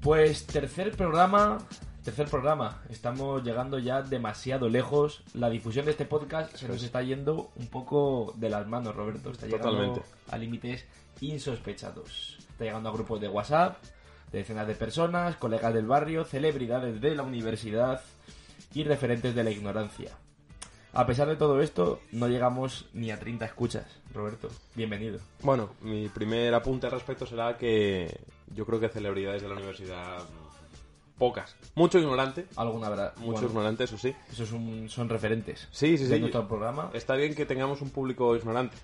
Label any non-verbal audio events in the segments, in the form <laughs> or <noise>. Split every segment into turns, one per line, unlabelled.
Pues tercer programa, tercer programa. Estamos llegando ya demasiado lejos. La difusión de este podcast se nos está yendo un poco de las manos, Roberto. Está llegando
Totalmente.
a límites insospechados. Está llegando a grupos de WhatsApp, de decenas de personas, colegas del barrio, celebridades de la universidad y referentes de la ignorancia. A pesar de todo esto, no llegamos ni a 30 escuchas, Roberto. Bienvenido.
Bueno, mi primer apunte al respecto será que yo creo que celebridades de la universidad mm, pocas. Mucho ignorante,
Alguna verdad.
mucho
bueno,
ignorante, eso sí.
esos son, son referentes.
Sí, sí,
de
sí.
nuestro programa.
Está bien que tengamos un público ignorante.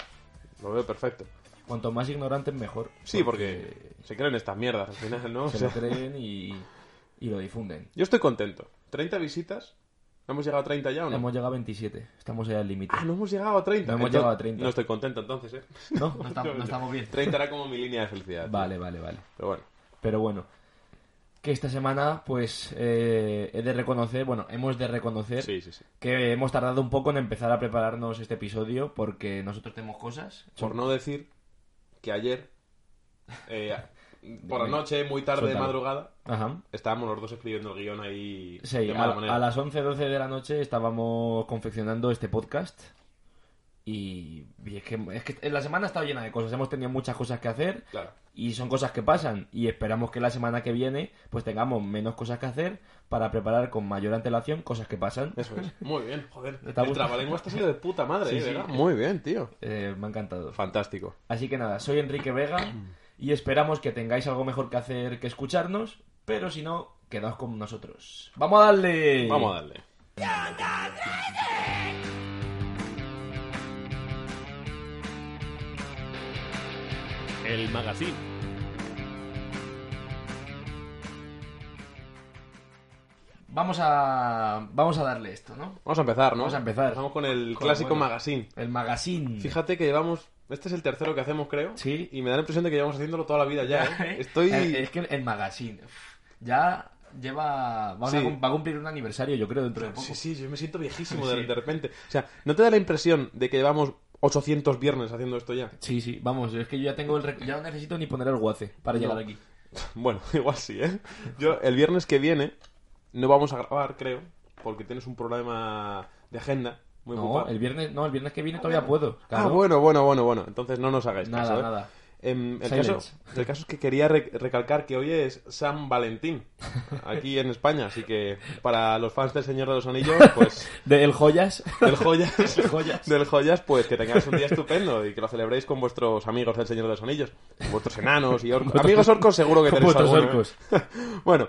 Lo veo perfecto.
Cuanto más ignorantes, mejor.
Sí, porque se creen estas mierdas al final, ¿no?
<laughs>
O
se
sea,
lo creen y, y lo difunden.
yo estoy contento. 30 visitas. ¿Hemos llegado a 30 ya o no?
Hemos llegado a 27, estamos allá al límite.
Ah, no hemos llegado a 30.
No hemos
Entonces,
llegado a 30.
No estoy contento entonces, ¿eh?
¿No?
estamos- no estamos
<laughs>
bien.
30 era como mi línea de felicidad.
Vale, vale, vale.
Pero bueno.
Pero bueno, que esta semana, pues, eh, he de reconocer, bueno, hemos de reconocer
Sí, sí, sí.
que hemos tardado un poco en empezar a prepararnos este episodio porque nosotros tenemos cosas.
Por no decir que ayer,
<laughs>
eh, por la
Venga,
noche, muy tarde de
suéltalo.
madrugada,
Ajá.
estábamos los dos escribiendo el guión ahí
Sí,
de
a,
mala manera.
a las 11, 12 de la noche estábamos confeccionando este podcast. Y, y es, que, es que la semana ha estado llena de cosas. Hemos tenido muchas cosas que hacer.
Claro.
Y son cosas que pasan. Y esperamos que la semana que viene pues tengamos menos cosas que hacer para preparar con mayor antelación cosas que pasan.
Eso
<laughs>
es. Muy bien, joder.
Está
el
gusto.
trabalengua está siendo de puta madre,
Sí,
¿eh?
sí.
¿verdad? Muy bien, tío.
Eh, me ha encantado.
Fantástico.
Así que nada, soy Enrique
<coughs>
Vega y esperamos que tengáis algo mejor que hacer que escucharnos. Pero si no, quedaos con nosotros. ¡Vamos a darle!
Vamos a darle.
El magazine.
Vamos a, vamos a darle esto, ¿no?
Vamos a empezar, ¿no?
Vamos a empezar.
Empezamos con el
Con lo
clásico
bueno.
magazine.
El magazine. <laughs>
Fíjate que llevamos... Este es el tercero que hacemos, creo.
Sí.
Y me da la impresión de que llevamos haciéndolo toda la vida ya,
<laughs>
¿eh? Estoy...
Eh, Es que el magazine. uf, Ya lleva. vamos
Sí.
a cum- va a cumplir un aniversario, yo creo, dentro de poco.
Sí, sí, yo me siento viejísimo
Sí.
de, de repente. O sea, ¿no te da la impresión de que llevamos 800 viernes haciendo esto ya? <laughs>
Sí, sí, vamos, es que yo ya tengo el rec- ya no necesito ni poner el guace para
No.
llegar aquí.
Bueno, <laughs> igual sí, ¿eh? Yo el viernes que viene no vamos a grabar, creo, porque tienes un problema de agenda muy
No,
ocupado.
el viernes, no, el viernes que viene todavía puedo.
Ah,
claro. Pues
bueno, bueno, bueno, bueno. Entonces no nos hagáis
Nada,
caso, ¿eh?
nada.
Em, el,
Silence.
caso, el caso es que quería re- recalcar que hoy es
<laughs>
San Valentín, aquí en España, así que para los fans del Señor de los Anillos, pues
De el joyas. <laughs>
del joyas,
Del Joyas.
del joyas, pues que tengáis un día estupendo y que lo celebréis con vuestros amigos del Señor de los Anillos, con vuestros enanos y orcos. Amigos orcos seguro que
Con
tenéis
vuestros
alguno, ¿eh? <laughs> bueno,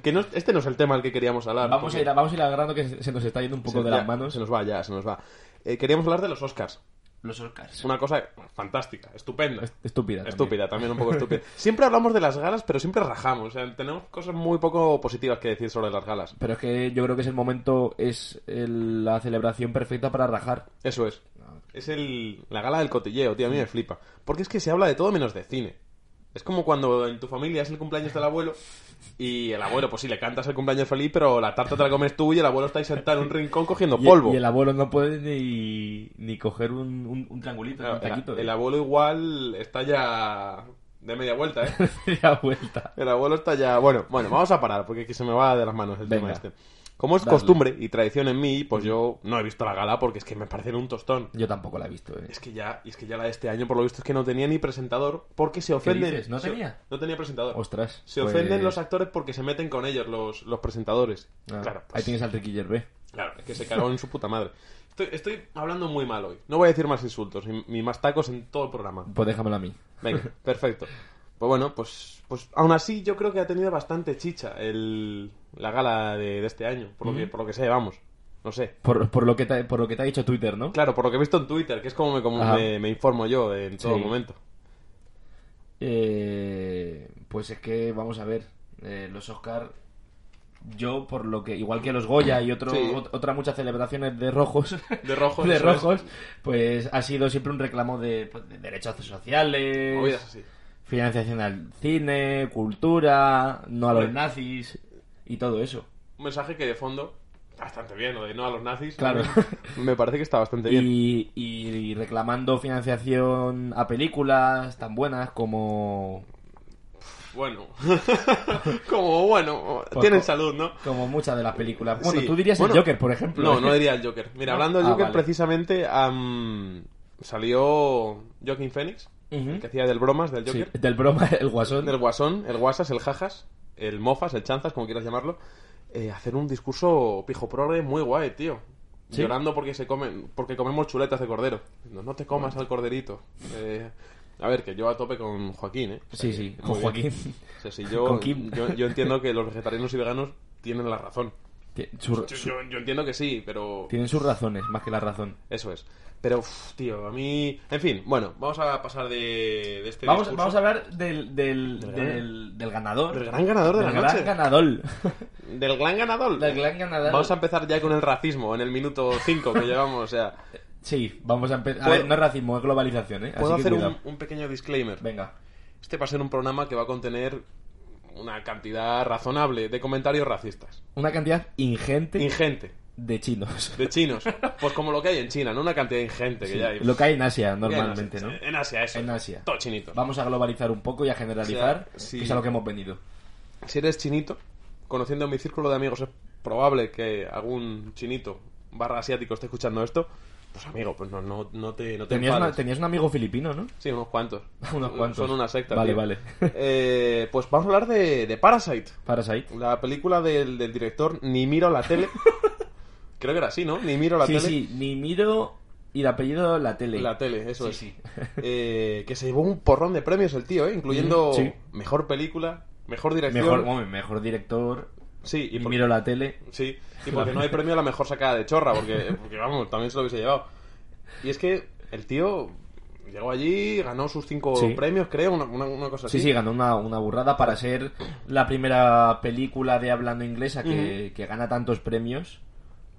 que no, este no es el tema al que queríamos hablar.
Vamos
porque
a ir a- vamos a ir agarrando que se se nos está yendo un poco
se-
de
ya,
las manos.
Se nos va, ya, se nos va. Eh, queríamos hablar de los Oscars.
Los Oscars.
Es una cosa fantástica, estupenda.
Estúpida. Pues, también.
Estúpida, también un poco estúpida. Siempre hablamos de las galas, pero siempre rajamos. O sea, tenemos cosas muy poco positivas que decir sobre las galas.
Pero es que yo creo que es el momento, es el- la celebración perfecta para rajar.
Eso es. Es el, la gala del cotilleo, tío. A mí me flipa. Porque es que se habla de todo menos de cine. Es como cuando en tu familia es el cumpleaños del abuelo y el abuelo, pues sí, le cantas el cumpleaños feliz, pero la tarta te la comes tú y el abuelo está ahí sentado en un rincón cogiendo
Y-
polvo.
Y, el abuelo no puede ni, ni coger un, un, un triangulito,
Claro,
un
el-
taquito.
el,
<laughs>
abuelo igual está ya de media vuelta, ¿eh?
La vuelta.
El abuelo está ya... Bueno, bueno, vamos a parar porque aquí se me va de las manos el tema
Venga.
este. Como es
Dale.
costumbre y tradición en mí, pues yo no he visto la gala porque es que me parecen un tostón.
Yo tampoco la he visto. eh.
Es que ya, y es que ya la de este año por lo visto es que no tenía ni presentador porque se ofenden...
dices? ¿No
se-
tenía?
No tenía presentador.
Ostras.
se
pues-
ofenden los actores porque se meten con ellos los, los presentadores.
Ah,
claro,
Ahí
pues,
tienes al Ricky Gervais.
claro, es que se cagó en su puta madre. Estoy, estoy hablando muy mal hoy. No voy a decir más insultos ni, ni más tacos en todo el programa.
<laughs> Pues déjamelo a mí.
Venga, perfecto. Pues bueno, pues, pues aún así yo creo que ha tenido bastante chicha el, la gala de, de este año, por lo,
Mm.
que, por lo que sé, vamos. No sé.
Por, por lo que te, por lo que te ha dicho Twitter, ¿no?
Claro, por lo que he visto en Twitter, que es como me, como
Ajá.
me, me informo yo en todo
Sí.
momento.
Eh, pues es que, vamos a ver, eh, los Oscar, yo por lo que, igual que los Goya y otro,
Sí.
ot- otras muchas celebraciones de rojos,
<laughs> De
<laughs>
rojos,
de
eso es.
rojos, pues ha sido siempre un reclamo de, pues, de derechos sociales,
Movidas así.
financiación al cine, cultura, no a los
Hombre.
nazis y todo eso.
Un mensaje que de fondo está bastante bien, lo de no a los nazis.
Claro.
<laughs> Me parece que está bastante bien.
Y, y reclamando financiación a películas tan buenas como,
Bueno. <laughs> como bueno.
Pues
Tienen
co-
salud, ¿no?
como muchas de las películas. Bueno,
Sí.
tú dirías
Bueno,
el Joker, por ejemplo. ¿eh?
No, no diría el Joker. Mira, hablando del
Ah,
Joker,
vale.
precisamente am, salió Joaquin Phoenix,
Ujú.
el que hacía del bromas del
Sí,
Joker.
del broma, <laughs> el guasón.
El guasón, el guasas, el jajas, el mofas, el chanzas, como quieras llamarlo, eh, hacer un discurso pijo progre muy guay, tío.
¿Sí?
Llorando porque se comen, porque comemos chuletas de cordero. No, no te comas al corderito. Eh, a ver, que yo a tope con Joaquín, ¿eh?
Sí, sí,
Muy
con
bien.
Joaquín.
O sea, si yo,
Con Kim.
yo, yo entiendo que los vegetarianos y veganos tienen la razón.
Tie- su-
Yo,
su-
yo- yo entiendo que sí, pero
tienen sus razones, más que la razón.
eso es. Pero, uf, tío, a mí... En fin, bueno, vamos a pasar de, de este
Vamos,
discurso.
vamos a hablar del, del, del,
gran-
del ganador.
Del gran ganador de
Del
la
gran
noche.
ganador. <laughs>
Del gran ganador.
Del gran ganador.
Vamos a empezar ya con el racismo en el minuto 5 que llevamos.
<laughs>
O sea,
Sí, vamos a empezar. A
¿Puedo-
ver, no es racismo, es globalización, ¿eh? Así
Pues- puedo
que
hacer un,
cuidado.
un pequeño disclaimer.
Venga.
Este va a ser un programa que va a contener una cantidad razonable de comentarios racistas.
Una cantidad ingente
Ingente.
de <laughs> chinos.
De chinos. Pues como lo que hay en China, ¿no? Una cantidad ingente que ya hay.
Lo que hay en Asia
Lo que hay en
normalmente,
Asia.
¿no?
En Asia, eso.
En Asia.
Todo chinito.
Vamos a globalizar un poco y a generalizar,
O sea, sí.
que es a lo que hemos venido.
Si eres chinito, conociendo mi círculo de amigos, es probable que algún chinito barra asiático esté escuchando esto. Pues amigo, pues no, no, no te, no te
Tenías,
enfades.
una- tenías un amigo filipino, ¿no?
Sí, unos cuantos.
<laughs> Unos cuantos.
Son una secta.
Vale,
tío.
vale.
<laughs> Eh, pues vamos a hablar de, de Parasite,
Parasite.
la película del, del director Ni miro
<laughs>
la tele. Creo que era así, ¿no? Ni miro la
sí,
tele.
sí, ni miro y de apellido la tele.
La tele,
Sí,
eso es.
sí.
<laughs> Eh, que se llevó un porrón de premios el tío, ¿eh? Incluyendo
Mm, sí.
mejor película, mejor dirección.
Mejor, hombre, mejor director.
Sí,
Y
y por-
miro la tele.
Sí, y porque no hay premio a la mejor sacada de
<laughs>
chorra, porque, porque, vamos, también se lo hubiese llevado. Y es que el tío llegó allí, ganó sus cinco
Sí.
premios, creo, una, una- una cosa
Sí,
así.
sí, ganó una, una burrada para ser la primera película de hablando inglesa que, que gana tantos premios.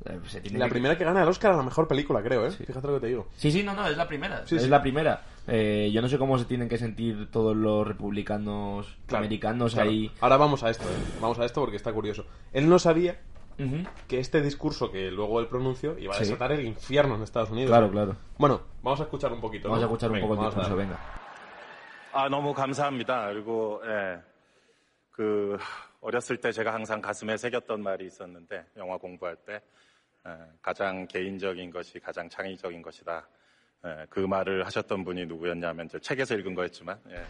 Eh, se tiene
La
que-
primera que gana el Oscar a la mejor película, creo, ¿eh?
Sí.
Fíjate lo que te digo.
Sí, sí, no, no, es la primera.
Sí,
es
sí.
la primera. Eh, yo no sé cómo se tienen que sentir todos los republicanos
Claro,
americanos
claro.
ahí.
Ahora vamos a esto, ¿eh? Vamos a esto porque está curioso. Él no sabía
Ujú.
que este discurso que luego él pronunció iba a
Sí.
desatar el infierno en Estados Unidos.
Claro, claro.
Bueno, vamos a escuchar un poquito.
Vamos a
¿no?
escuchar un
Venga,
poco el
vamos a
discurso,
darle.
venga.
아, 너무 감사합니다. 그리고, 예, 그, 어렸을 때 제가 항상 가슴에 새겼던 말이 있었는데, 영화 공부할 때, 예, 가장 개인적인 것이 가장 창의적인 것이다. 예, 그 말을 하셨던 분이 누구였냐면, 제 책에서 읽은 거였지만, 예.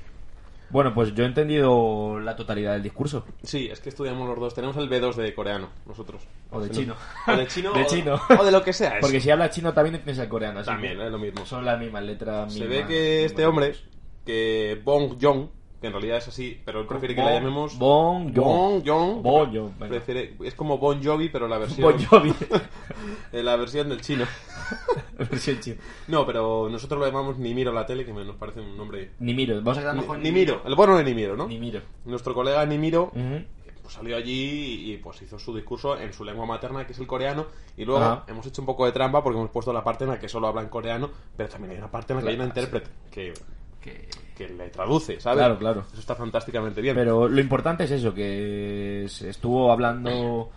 Bueno, pues yo he entendido la totalidad del discurso.
Sí, es que estudiamos los dos. Tenemos el B2 de coreano, nosotros.
O de
Sí,
chino.
¿no? O de chino.
De
o-
chino.
O de lo que sea.
Porque
Porque
si hablas chino también tienes el coreano. así
También,
que
es lo mismo.
Son las mismas letras.
Se
mismas-
ve que
mismas
este hombre,
letras.
que Bong Jong, que en realidad es así, pero él prefiere que
Bong-
la llamemos...
Bong Joon.
Bong Jong.
Bong Joon, venga.
Prefiere- Es como Bon Jovi, pero la versión...
<laughs> Bon Jovi.
eh, la versión del chino.
<laughs> Versión chino.
No, pero nosotros lo llamamos Ni miro la tele, que me- nos parece un nombre...
Ni miro. Vamos a quedar mejor
Ni miro. El bueno de Ni miro, ¿no?
Ni Mm. miro.
Nuestro colega Ni miro
Ujú.
pues salió allí y, y, pues hizo su discurso en su lengua materna, que es el coreano, y luego
Ajá.
hemos hecho un poco de trampa porque hemos puesto la parte en la que solo habla en coreano, pero también hay una parte en la que hay una
Claro, sí.
intérprete que, que le traduce, ¿sabes?
Claro, claro.
Eso está fantásticamente bien.
Pero lo importante es eso, que se estuvo hablando,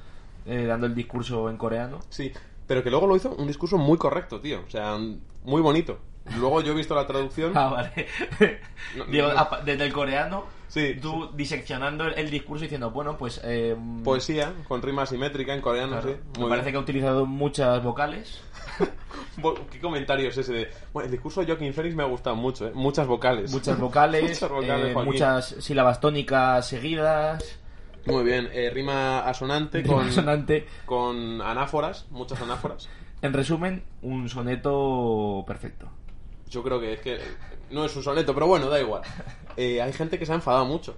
eh, dando el discurso en coreano.
Sí, pero que luego lo hizo un discurso muy correcto, tío, o sea, muy bonito. Luego yo he visto la traducción.
Ah, vale.
<laughs> No, no,
Digo,
no.
apa- desde el coreano,
Sí,
tú diseccionando el, el discurso diciendo, bueno, pues... eh,
Poesía con rima simétrica en coreano,
claro,
sí.
me
Muy
parece
bien.
que ha utilizado muchas vocales.
Bo- ¿Qué comentario es ese de.? Bueno, el discurso de Joaquín Félix me ha gustado mucho, ¿eh? Muchas vocales. <laughs>
Muchas vocales,
Muchas vocales,
eh,
Joaquín.
muchas sílabas tónicas seguidas,
Muy bien, eh, rima asonante
rima
con,
sonante.
con anáforas, muchas anáforas.
En resumen, un soneto perfecto.
Yo creo que es que no es un soneto, pero bueno, da igual. Eh, hay gente que se ha enfadado mucho.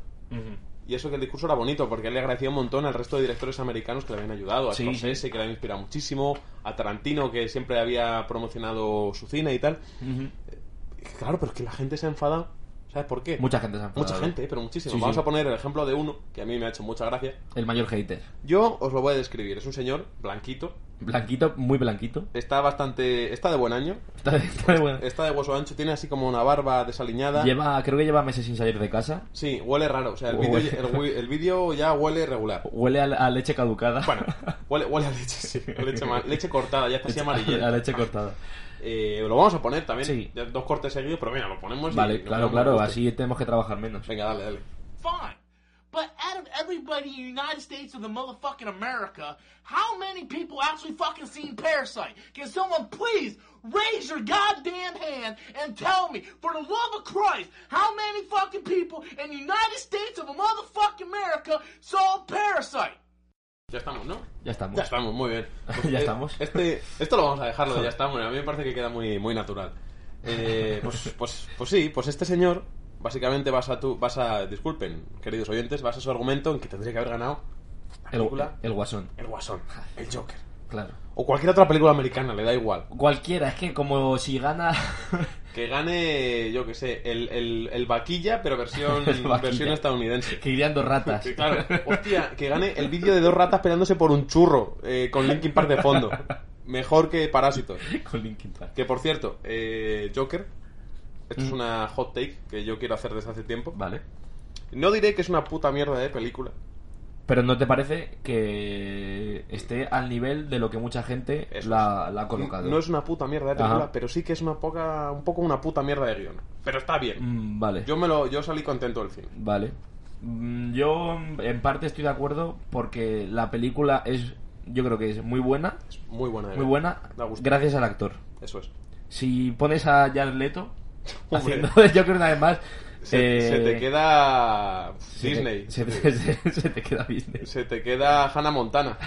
Y eso que el discurso era bonito, porque él le agradecía un montón al resto de directores americanos que le habían ayudado, a
Sí,
Scorsese, que le había inspirado muchísimo, a Tarantino, que siempre había promocionado su cine y tal. Y Claro, pero es que la gente se ha enfadado. ¿Sabes por qué?
Mucha gente se ha enfadado. ¿eh?
Mucha gente, pero muchísimo.
Sí, sí.
Vamos a poner el ejemplo de uno, que a mí me ha hecho mucha gracia.
El mayor hater.
Yo os lo voy a describir. Es un señor blanquito,
Blanquito, muy blanquito. <laughs>
está bastante... está de buen año,
Está de- está de buena.
está de hueso ancho, tiene así como una barba desaliñada.
Lleva, creo que lleva meses sin salir de casa.
Sí, huele raro. O sea, el
Huele.
vídeo el wi- el vídeo ya huele regular.
Huele a, a leche caducada. <laughs>
Bueno, huele, huele a leche, sí. a Leche, ma- leche cortada, ya está así amarillenta.
a leche cortada.
Eh, lo vamos a poner también.
Sí.
ya Dos cortes seguidos, pero mira, lo ponemos. y
Vale,
nos
claro,
damos
claro,
gusto.
así tenemos que trabajar menos.
Venga, dale, dale.
fine. But out of everybody in the United States of the motherfucking America, how many people actually fucking seen Parasite? Can someone please raise your goddamn hand and tell me, for the love of Christ, how many fucking people in the United States of a motherfucking America saw Parasite?
Ya estamos, ¿no?
Ya estamos.
Ya estamos, muy bien.
<laughs> Ya
eh,
estamos.
Este, esto lo vamos a dejarlo,
<laughs>
de ya estamos. A mí me parece que queda muy, muy natural. Eh, pues, pues, pues sí, pues este señor básicamente basa tu, basa, disculpen, queridos oyentes, basa su argumento en que tendría que haber ganado
El, el guasón,
el Guasón, el Joker.
claro.
O cualquier otra película americana, le da igual.
Cualquiera, es que como si gana. <laughs>
Que gane, yo que sé, el, el, el vaquilla, pero versión,
<laughs> El vaquilla.
versión estadounidense.
que irían dos ratas.
Que <laughs> claro, hostia, que gane el vídeo de dos ratas peleándose por un churro eh, con Linkin Park de fondo. Mejor que Parásitos.
Con Linkin Park.
Que por cierto, eh, Joker, esto es una hot take que yo quiero hacer desde hace tiempo.
Mm. Vale.
No diré que es una puta mierda de película.
Pero ¿no te parece que esté al nivel de lo que mucha gente
Eso
la, la ha colocado?
No es una puta mierda de película,
Ajá.
pero sí que es una poca, un poco una puta mierda de guión. Pero está bien.
Mm, vale.
Yo me lo, yo salí contento del cine.
Vale. Mm, Yo en parte estoy de acuerdo porque la película es, yo creo que es muy buena,
Es muy buena. de
muy
ver.
buena,
Da gusto.
gracias al actor.
Eso es.
Si pones a Jared Leto
Hombre.
haciendo <laughs> yo creo una vez más,
Se,
eh,
se te queda
se te-
Disney.
se,
Se,
te- <laughs> se- se te queda Disney,
te queda Hannah Montana.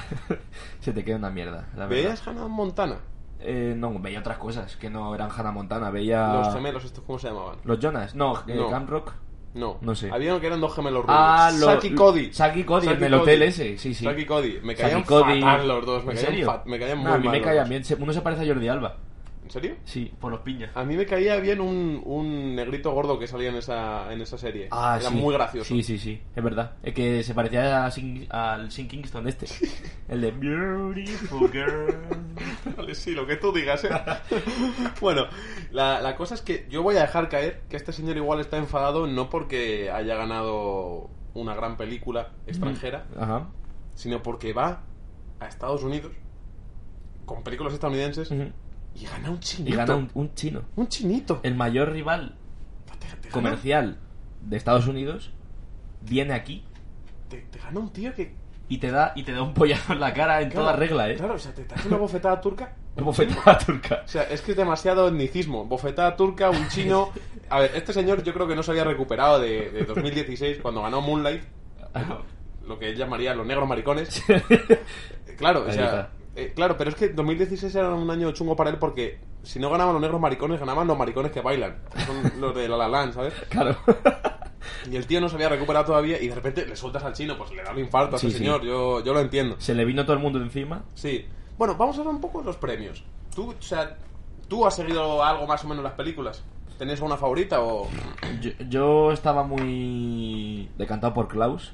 se te queda una mierda. La Ah, verdad.
¿Veías Hannah Montana?
Eh, no, veía otras cosas que no eran Hannah Montana, veía
Los gemelos, estos, ¿cómo se llamaban?
los Jonas, no, eh,
No.
Camp Rock.
No.
No sé.
Había uno que eran dos gemelos rubios.
Ah, lo-
Saki y Cody.
Saki y Cody,
Saki
en el
y
hotel ese, sí, sí.
Saki y Cody. Me
Saki
caían
Cody.
fatal los dos. Me
¿En
caían,
serio?
fat- me caían
No,
muy
a mí
mal
me
los
caían
dos.
bien. Se- Uno se parece a Jordi Alba.
¿En serio?
Sí, por los piñas.
A mí me caía bien un, un negrito gordo que salía en esa, en esa serie.
Ah,
Era
sí.
muy gracioso.
Sí, sí, sí. Es verdad. Es que se parecía a Sin- al Sin Kingston
<laughs>
este. El de Beautiful Girl.
Vale, sí, lo que tú digas, ¿eh? <laughs> bueno, la, la cosa es que yo voy a dejar caer que este señor igual está enfadado no porque haya ganado una gran película extranjera,
Ajá.
sino porque va a Estados Unidos con películas estadounidenses
Ujú.
y gana un
Y
chinito.
gana un, Eh. un chino.
Un chinito.
El mayor rival
Te- te gana-
comercial de Estados Unidos viene aquí
Te, te gana un tío que...
y te da, y te da un pollazo en la cara en
claro,
toda regla, ¿eh?
Claro, o sea, te das una bofetada turca.
Como fetada turca.
O sea, es que es demasiado etnicismo. Bofetada turca, un chino... A ver, este señor yo creo que no se había recuperado de, de 2016 cuando ganó Moonlight.
Ah.
lo que él llamaría los negros maricones. Eh, claro, o
Ahí
sea,
está.
eh, claro, pero es que 2016 era un año chungo para él porque si no ganaban los negros maricones, ganaban los maricones que bailan. que Son los de La La Land, ¿sabes?
Claro. <laughs>
Y el tío no se había recuperado todavía y de repente le sueltas al chino, pues le da un infarto
Sí,
a ese
sí.
señor, yo, yo lo entiendo.
Se le vino todo el mundo encima.
Sí. Bueno, vamos a hablar un poco de los premios. Tú, o sea, ¿tú has seguido algo más o menos las películas? ¿Tenías alguna favorita o...?
Yo, yo estaba muy decantado por Klaus.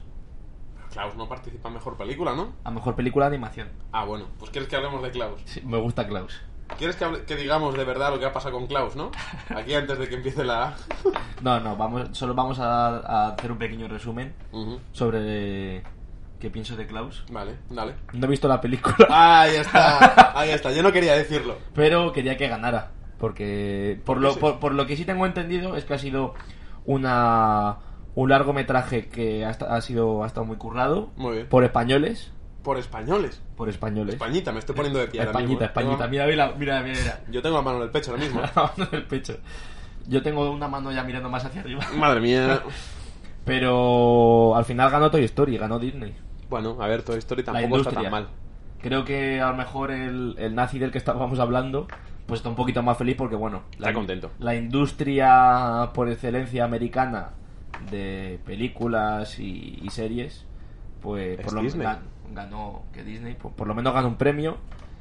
Klaus no participa en Mejor Película, ¿no?
A mejor película de animación.
Ah, bueno, pues quieres que hablemos de Klaus.
Sí, me gusta Klaus.
¿Quieres que, hable- que digamos de verdad lo que ha pasado con Klaus, no? Aquí antes de que empiece la...
No, no, vamos, solo vamos a, a hacer un pequeño resumen
Ujú,
sobre eh, qué pienso de Klaus.
Vale, dale.
No he visto la película,
Ahí está, ahí está. Yo no quería decirlo.
pero quería que ganara. Porque por lo,
Sí.
por, por lo que sí tengo entendido es que ha sido una un largometraje que ha, esta- ha sido ha estado muy currado
Muy bien.
por españoles,
Por españoles.
por españoles.
Españita, me estoy poniendo de pie ahora mismo,
Españita,
¿eh?
Españita.
Tengo-
Mira, mira, mira, mira. mira. <laughs>
Yo tengo la mano en el pecho ahora mismo.
La mano en el pecho. Yo tengo una mano ya mirando más hacia arriba. <laughs>
Madre mía.
Pero al final ganó Toy Story, ganó Disney.
Bueno, a ver, Toy Story
la
tampoco está
industria.
tan mal.
Creo que a lo mejor el, el nazi del que estábamos hablando pues está un poquito más feliz porque, bueno,
Está contento.
La industria por excelencia americana de películas y, y series, pues
Es
por lo
Disney.
gan- ganó que Disney, pues, por, por lo menos ganó un premio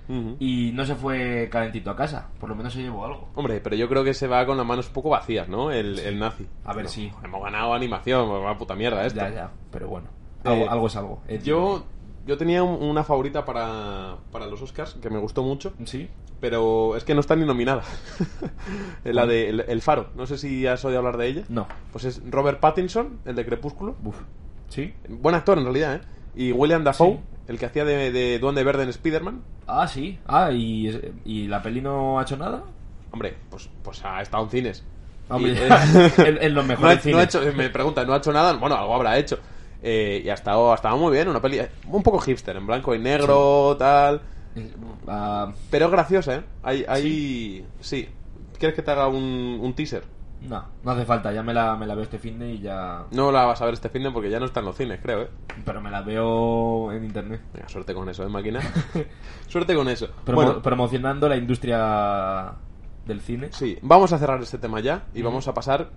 Ujú.
y no se fue calentito a casa, por lo menos se llevó algo.
Hombre, pero yo creo que se va con las manos un poco vacías, ¿no? El, el nazi.
A ver,
No,
sí.
Hemos ganado animación, pues, una puta mierda esto.
Ya, ya, pero bueno,
Eh,
algo, algo es algo. Eh,
Yo, yo tenía un- una favorita para, para los Oscars que me gustó mucho,
Sí,
pero es que no está ni nominada. <laughs> la de el, El Faro. No sé si has oído hablar de ella.
no,
Pues es Robert Pattinson, el de Crepúsculo.
Uf. sí.
Buen actor en realidad, ¿eh? Y William Dafoe,
Sí.
el que hacía de, de Duende Verde en Spider-Man.
Ah, sí. Ah, ¿y, es- y la peli no ha hecho nada?
Hombre, pues, pues ha estado en cines.
Hombre, <laughs>
Y-
en, en los
no ha-
mejores
no ha
cines.
hecho, me pregunta, ¿no ha hecho nada? Bueno, algo habrá hecho. Eh, y ha estado, ha estado muy bien, una peli eh, un poco hipster, en blanco y negro, tal.
Ah,
Pero es graciosa, ¿eh? Hay, hay... ¿Sí? ¿Quieres que te haga un, un teaser?
no, no hace falta. Ya me la, me la veo este fin de y ya...
No la vas a ver este fin de porque ya no está en los cines, creo, ¿eh?
Pero me la veo en internet.
Venga, suerte con eso, ¿eh, máquina? suerte con eso.
Promo-
bueno,
Promocionando la industria del cine.
sí, vamos a cerrar este tema ya y vamos a pasar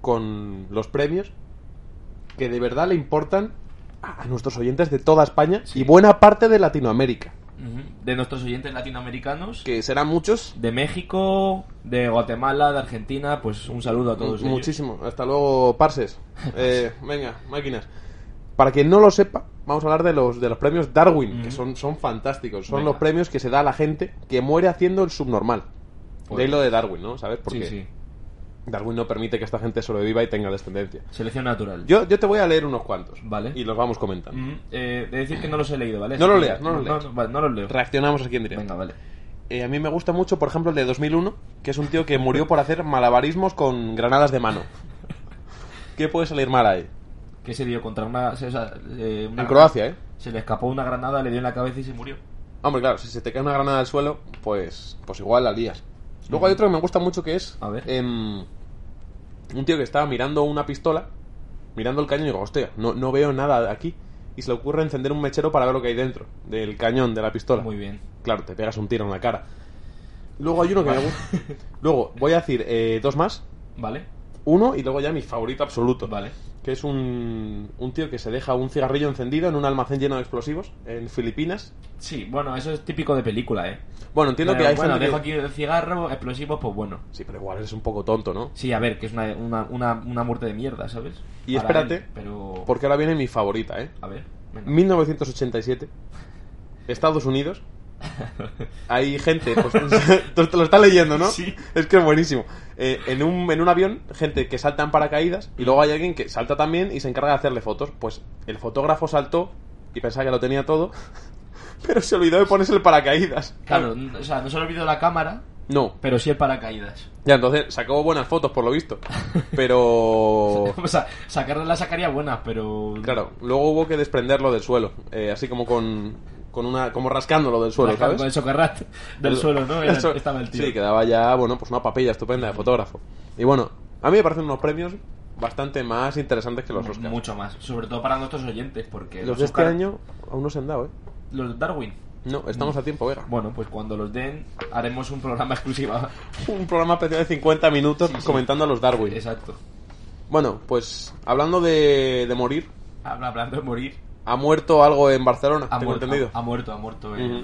con los premios que de verdad le importan a a nuestros oyentes de toda España y buena parte de Latinoamérica.
Ujú. De nuestros oyentes latinoamericanos.
Que serán muchos,
De México, de Guatemala, de Argentina. Pues un saludo a todos ellos.
Muchísimo. Hasta luego,
<laughs>
Parses. Eh, venga, máquinas. Para quien no lo sepa, vamos a hablar de los, de los premios Darwin, que son, son fantásticos. Son
Venga.
los premios que se da a la gente que muere haciendo el subnormal. De ahí lo de Darwin, ¿no? ¿Sabes?
Sí,
Porque
sí.
Darwin no permite que esta gente sobreviva y tenga descendencia.
Selección natural.
Yo, yo te voy a leer unos cuantos.
Vale.
Y los vamos comentando.
Ujú. Eh, de decir que no los he leído, ¿vale?
No
Así
los
que-
leas, no los leas.
vale, no los leo.
Reaccionamos aquí en directo.
Venga, vale.
Eh, a mí me gusta mucho, por ejemplo, el de 2001, que es un tío que murió por hacer malabarismos con granadas de mano. ¿Qué puede salir mal ahí?
que se dio contra una, o sea, eh, una-
En Croacia, ¿eh?
Se le escapó una granada, le dio en la cabeza y se murió.
Hombre, claro, si se te cae una granada al suelo, pues, pues igual la lías. Luego hay otro que me gusta mucho que es
A ver.
em, un tío que estaba mirando una pistola, mirando el cañón y digo, hostia, no, no veo nada aquí. Y se le ocurre encender un mechero para ver lo que hay dentro del cañón de la pistola.
Muy bien.
Claro, te pegas un tiro en la cara. Luego hay uno que me gusta. Luego voy a decir eh, dos más.
¿Vale?
Uno y luego ya mi favorito absoluto.
Vale.
Que es un, un tío que se deja un cigarrillo encendido en un almacén lleno de explosivos en Filipinas.
Sí, bueno, eso es típico de película, ¿eh?
Bueno, entiendo
Pero
que hay
bueno,
gente que-
dejo aquí el cigarro, explosivos, pues bueno.
Sí, pero igual eres un poco tonto, ¿no?
Sí, a ver, que es una, una, una, una muerte de mierda, ¿sabes?
Y
Para
espérate,
él, pero...
Porque ahora viene mi favorita, ¿eh?
A ver, venga.
1987, Estados Unidos. Hay
<laughs>
gente, pues, <laughs> tú te lo estás leyendo, ¿no?
Sí.
Es que es buenísimo. Eh, en, un, en un avión, gente que salta en paracaídas y luego hay alguien que salta también y se encarga de hacerle fotos. Pues el fotógrafo saltó y pensaba que lo tenía todo, <laughs> pero se olvidó de ponerse el paracaídas.
Claro, n- o sea, no se le olvidó la cámara,
No.
pero sí el paracaídas.
Ya, entonces sacó buenas fotos, por lo visto.
<laughs>
Pero...
O sea, sacarla la sacaría buenas, pero...
Claro, luego hubo que desprenderlo del suelo, eh, así como con, con una, como rascándolo del suelo,
Con
¿sabes?
el socarrat del suelo, ¿no? Era-
El suelo.
Estaba el tío.
Sí, quedaba ya, bueno, pues una papilla estupenda de fotógrafo. Y bueno, a mí me parecen unos premios bastante más interesantes que los Oscars.
Mucho más. Sobre todo para nuestros oyentes, porque...
Los de este
Oscar-
año aún no se han dado, ¿eh?
Los de Darwin.
No, estamos a tiempo, Vega.
Bueno, pues cuando los den, haremos un programa <laughs> exclusivo.
Un programa especial de 50 minutos comentando a los Darwin.
Exacto.
Bueno, pues hablando de, de morir,
Habla- Hablando de morir,
ha muerto algo en Barcelona,
ha
tengo
muerto.
entendido.
Ha muerto, ha muerto el,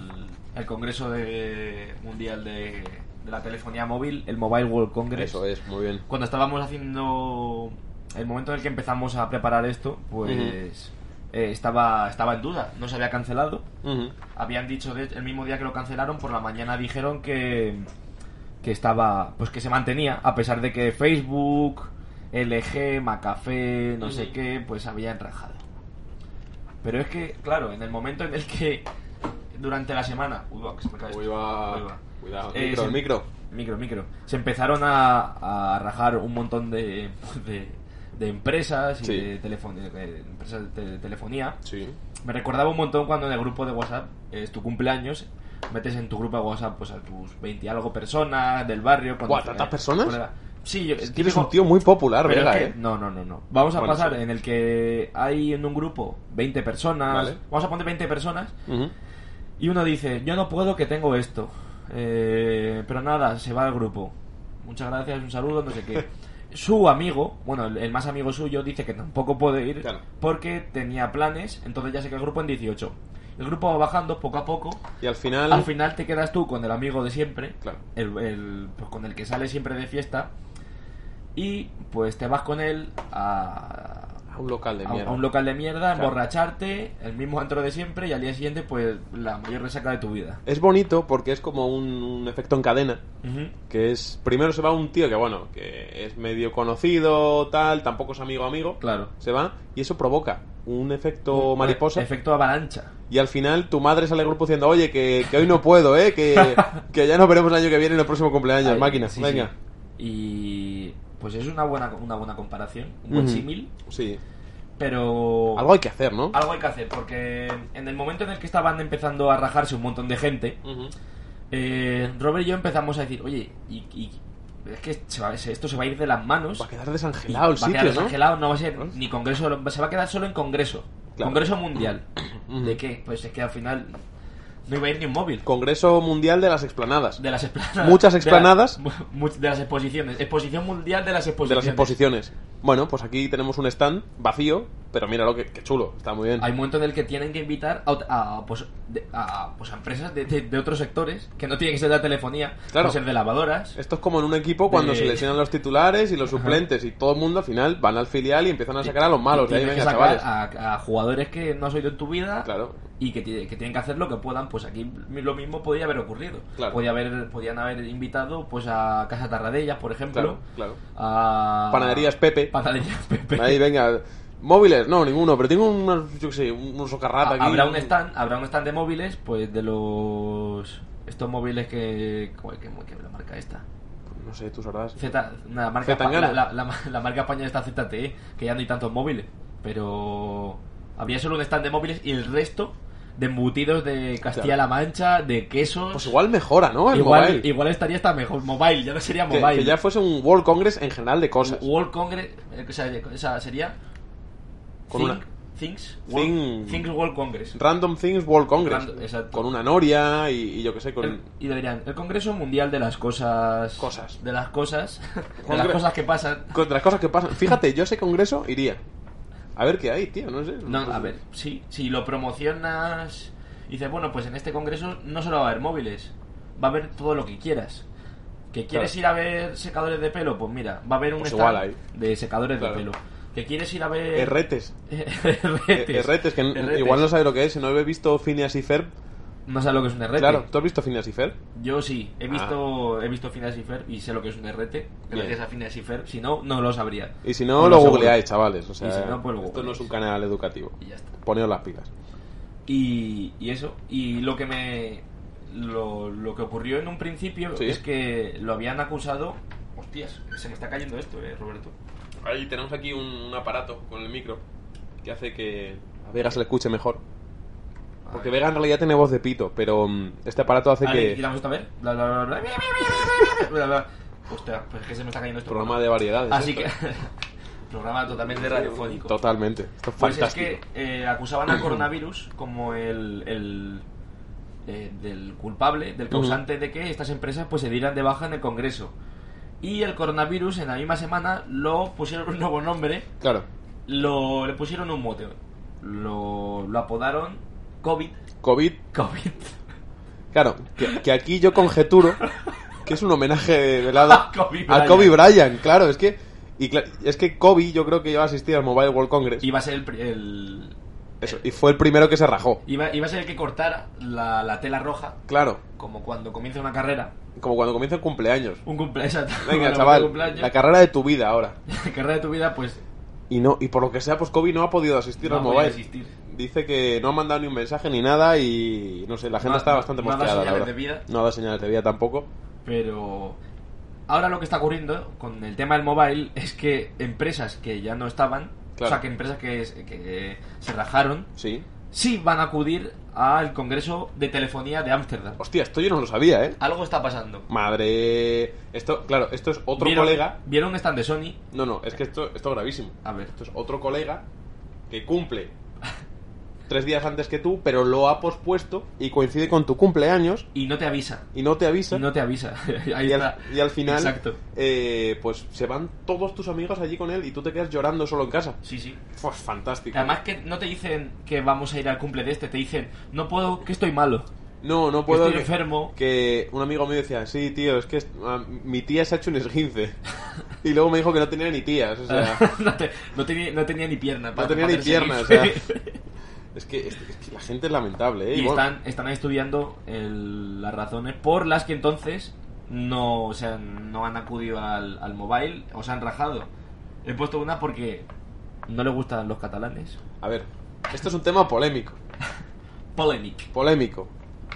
el Congreso de, Mundial de, de la Telefonía Móvil, el Mobile World Congress.
Eso es, muy bien.
Cuando estábamos haciendo. El momento en el que empezamos a preparar esto, pues. eh, estaba, estaba en duda, no se había cancelado.
Ujú.
Habían dicho, de- el mismo día que lo cancelaron, por la mañana dijeron que, que estaba, pues que se mantenía, a pesar de que Facebook, LG, Macafé, no sé qué, pues habían rajado. Pero es que, claro, en el momento en el que durante la semana, uy, va, que se me cae esto.
Uy, va.
Uy, va.
Cuidado,
Eh,
micro,
se-
micro.
micro, micro. Se empezaron a, a rajar un montón de, <laughs> de, de empresas y
Sí.
de, telefon- de- de empresas de tele- telefonía.
Sí.
Me recordaba un montón cuando en el grupo de WhatsApp eh, es tu cumpleaños, metes en tu grupo de WhatsApp pues a tus 20 y algo personas del barrio. cuando-
Guau, ¿tantas personas?
colega- Sí, yo, el
Tienes
típico-
un tío muy popular,
pero es
Vega,
que-
¿eh?
No, no, no, no. Vamos a
Bueno,
pasar
sí.
en el que hay en un grupo 20 personas.
Vale.
Vamos a poner 20 personas
Ujú.
y uno dice, yo no puedo que tengo esto. Eh, pero nada, se va al grupo. Muchas gracias, un saludo, no sé
<laughs>
qué. Su amigo, bueno, el el más amigo suyo, dice que tampoco puede ir
Claro.
porque tenía planes, entonces ya se queda el grupo en 18. El grupo va bajando poco a poco.
Y al final...
Al final te quedas tú con el amigo de siempre,
Claro.
el, el- pues, con el que sale siempre de fiesta, y pues te vas con él a,
A un local de
a-
mierda.
a un local de mierda,
Claro.
emborracharte, el mismo antro de siempre, y al día siguiente, pues la mayor resaca de tu vida.
Es bonito porque es como un, un efecto en cadena.
Ujú.
Que es... Primero se va un tío que, bueno, que es medio conocido, tal, tampoco es amigo amigo.
Claro. Pues,
Se va y eso provoca un efecto mariposa.
Efecto avalancha.
Y al final tu madre sale al grupo diciendo, oye, que, que hoy no puedo, ¿eh? Que,
<laughs>
que ya nos veremos el año que viene en el próximo cumpleaños,
Ahí,
máquina.
sí,
Venga.
sí. Y pues es una buena, una buena comparación, un buen
Ujú.
símil,
Sí.
pero...
Algo hay que hacer, ¿no?
algo hay que hacer, porque en el momento en el que estaban empezando a rajarse un montón de gente,
Ujú.
Eh, Robert y yo empezamos a decir, oye, y, y- es que se va- se- esto se va a ir de las manos.
Va a quedar desangelado el
va a quedar
sitio, ¿no?
desangelado, no va a ser
¿No?
ni congreso, se va a quedar solo en congreso.
Claro.
Congreso mundial.
Ujú.
¿De qué? Pues es que al final no iba a ir ni un móvil.
Congreso Mundial de las Explanadas.
De las explanadas.
Muchas
de la-
explanadas.
<laughs> mu- de las exposiciones. Exposición mundial de las
de
exposiciones.
las exposiciones. Bueno, pues aquí tenemos un stand vacío, pero míralo, que, que chulo, está muy bien.
Hay un momento en el que tienen que invitar a, ot- a, pues, de- a, pues, a empresas de, de- de otros sectores que no tienen que ser de la telefonía,
Claro.
puede ser de lavadoras.
Esto es como en un equipo cuando
De-
se lesionan los titulares y los suplentes y todo el mundo al final van al filial y empiezan a sacar a los malos. de ahí
Tienen que
venga,
sacar
chavales.
a, a jugadores que no has oído en tu vida
Claro.
y que, tiene- que tienen que hacer lo que puedan. Pues aquí lo mismo podía haber ocurrido.
Claro.
Podía haber, podían haber invitado pues a Casa Tarradellas, por ejemplo.
Claro, claro.
A...
Panaderías Pepe.
Panaderías <laughs> Pepe.
Ahí, venga. Móviles, no, ninguno, pero tengo una, yo qué sé, un
Ha-
socarrata aquí.
Habrá un stand, habrá un stand de móviles, pues de los estos móviles que joder, qué, qué la marca esta.
No sé, tú sabrás.
Z, una marca pa-
Zetangana.
la, la- la- la marca española está ZTE, que ya no hay tantos móviles, pero habría solo un stand de móviles y el resto de embutidos de Castilla-La Mancha, de quesos.
Pues igual mejora, ¿no? El
igual,
mobile.
igual estaría hasta mejor mobile, ya no sería
Que-
mobile.
que ya fuese un World Congress en general de cosas.
World Congress, eh, o sea, o sea, sería
Con
Think-
una-
Things, World,
Thing-
Things World Congress.
Random Things World Congress.
Random, exacto.
con una noria y, y yo qué sé, con...
El- y deberían el Congreso Mundial de las cosas
Cosas.
de las cosas <laughs> de las
Congre-
cosas que pasan
con las cosas que pasan. Fíjate, yo a ese congreso iría. A ver qué hay, tío, no sé.
No, a ver, sí, si lo promocionas y dices, bueno, pues en este congreso no solo va a haber móviles, va a haber todo lo que quieras. ¿Que quieres
Claro.
ir a ver secadores de pelo? Pues mira, va a haber un
Pues
stand
igual hay.
de secadores
Claro.
de pelo. ¿Que quieres ir a ver <laughs>
Erretes.
Erretes.
Erretes, Eh, que n-
Erretes.
igual no sabe lo que es. Si no he visto Phineas y Ferb.
No sabes lo que es un errete.
Claro, Ah. ¿tú has visto Phineas y Ferb?
Yo sí, he visto he visto Finas y Fer y sé lo que es un errete, gracias
Bien.
a Finas y Fer, si no no lo sabría.
Y si no,
No
lo
lo sé,
googleáis,
bueno.
chavales. O sea,
Y si no, pues lo
esto no es
googleáis.
un canal educativo.
Y ya está.
Poneos las pilas.
Y, y eso, y lo que me. Lo, lo que ocurrió en un principio
Sí.
es que lo habían acusado. Hostias, se me está cayendo esto, eh, Roberto.
Ahí tenemos aquí un, aparato con el micro que hace que a Vega se le escuche mejor. Porque Vega en realidad tiene voz de pito, pero mm, este aparato hace
Ah, y
que...
la vamos a ver. Bla, bla, bla, bla, bla, bla, bla. Hostia, pues es que se me está cayendo esto.
Programa de variedades.
Así
esto,
que.
¿eh?
<laughs> programa totalmente radiofónico.
Totalmente. Esto es
Pues es
fantástico.
que eh, acusaban
<clears throat>
al coronavirus como el, el eh, del culpable, del causante de que estas empresas pues se dieran de baja en el Congreso. Y el coronavirus en la misma semana lo pusieron un nuevo nombre,
Claro.
lo le pusieron un mote, lo, lo apodaron COVID,
COVID
COVID.
Claro, que, que aquí yo conjeturo que es un homenaje
<laughs>
velado
A Kobe
a
Bryant.
Kobe Bryant, claro, es que y cla- es que Kobe yo creo que iba a asistir al Mobile World Congress
Iba a ser el, pri- el-
eso, y fue el primero que se rajó.
iba, iba a ser el que cortara la, la tela roja,
Claro,
como cuando comienza una carrera,
como cuando comienza el
<laughs>
cumpleaños.
un cumpleaños,
Venga,
<laughs> un
chaval,
cumpleaños,
la carrera de tu vida ahora.
la carrera de tu vida pues
Y no y por lo que sea pues Kobe no ha podido asistir
No
al
ha podido
Mobile.
asistir.
Dice que no ha mandado ni un mensaje ni nada y no sé, la gente
No-
está bastante
no ha dado
mosqueada, la
señales
verdad.
de vida.
No ha dado señales de vida tampoco.
Pero ahora lo que está ocurriendo con el tema del mobile es que empresas que ya no estaban,
Claro.
o sea, que empresas que, es- que se rajaron,
Sí.
sí van a acudir al Congreso de Telefonía de Ámsterdam.
Hostia, esto yo no lo sabía, ¿eh?
Algo está pasando.
Madre. Esto, claro, esto es otro
vieron,
colega.
Vieron un stand de Sony.
No, no, es que esto, esto es gravísimo.
A ver, <laughs>
Esto es otro colega que cumple tres días antes que tú, pero lo ha pospuesto y coincide con tu cumpleaños
Y no te avisa.
y no te avisa.
Y no te avisa. <laughs> Ahí
y, al,
está.
y al final,
Exacto.
eh, pues se van todos tus amigos allí con él y tú te quedas llorando solo en casa.
Sí, sí.
Pues fantástico.
Además que no te dicen que vamos a ir al cumple de este, te dicen, no puedo, que estoy malo.
no, no puedo.
estoy enfermo.
Que un amigo mío decía, sí, tío, es que es- ah, mi tía se ha hecho un esguince. <laughs> y luego me dijo que no tenía ni tías. O sea,
<laughs> no, te- no tenía, no tenía ni pierna.
no
para-
tenía
para
ni
hacerse
piernas. O
gif.
sea,
<laughs>
es, que, es que- es que la gente es lamentable, ¿eh?
y
Y bueno,
están, están estudiando el- las razones por las que entonces no, o sea, no han acudido al, al mobile o se han rajado. He puesto una porque no le gustan los catalanes.
A ver, esto es un tema polémico.
Polemic. <laughs>
Polémico.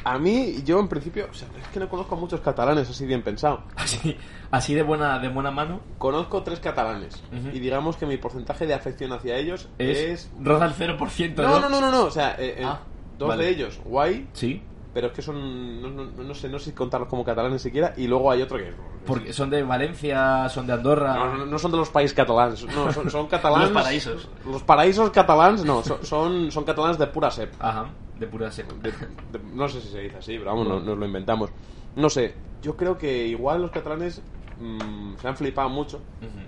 A mí, yo en principio, o sea, es que no conozco a muchos catalanes así bien pensado.
Así, así de buena de buena mano
Conozco tres catalanes
Ujú.
y digamos que mi porcentaje de afección hacia ellos
es,
es...
roza el 0%.
No, no, no, no, no, o sea, eh, eh,
Ah,
dos
vale.
de ellos, guay,
Sí,
pero es que son, no, no, no sé, no sé si contarlos como catalanes siquiera y luego hay otro que...
porque son de Valencia, son de Andorra.
No, no, no son de los países catalanes, no, son, son catalanes...
Ah. Los paraísos.
Los paraísos catalanes, no, son, son, son catalanes de pura sep.
Ajá, de pura sepa.
de- de- no sé si se dice así, pero vamos, no- nos lo inventamos. No sé, yo creo que igual los catalanes mm, se han flipado mucho
Ujú.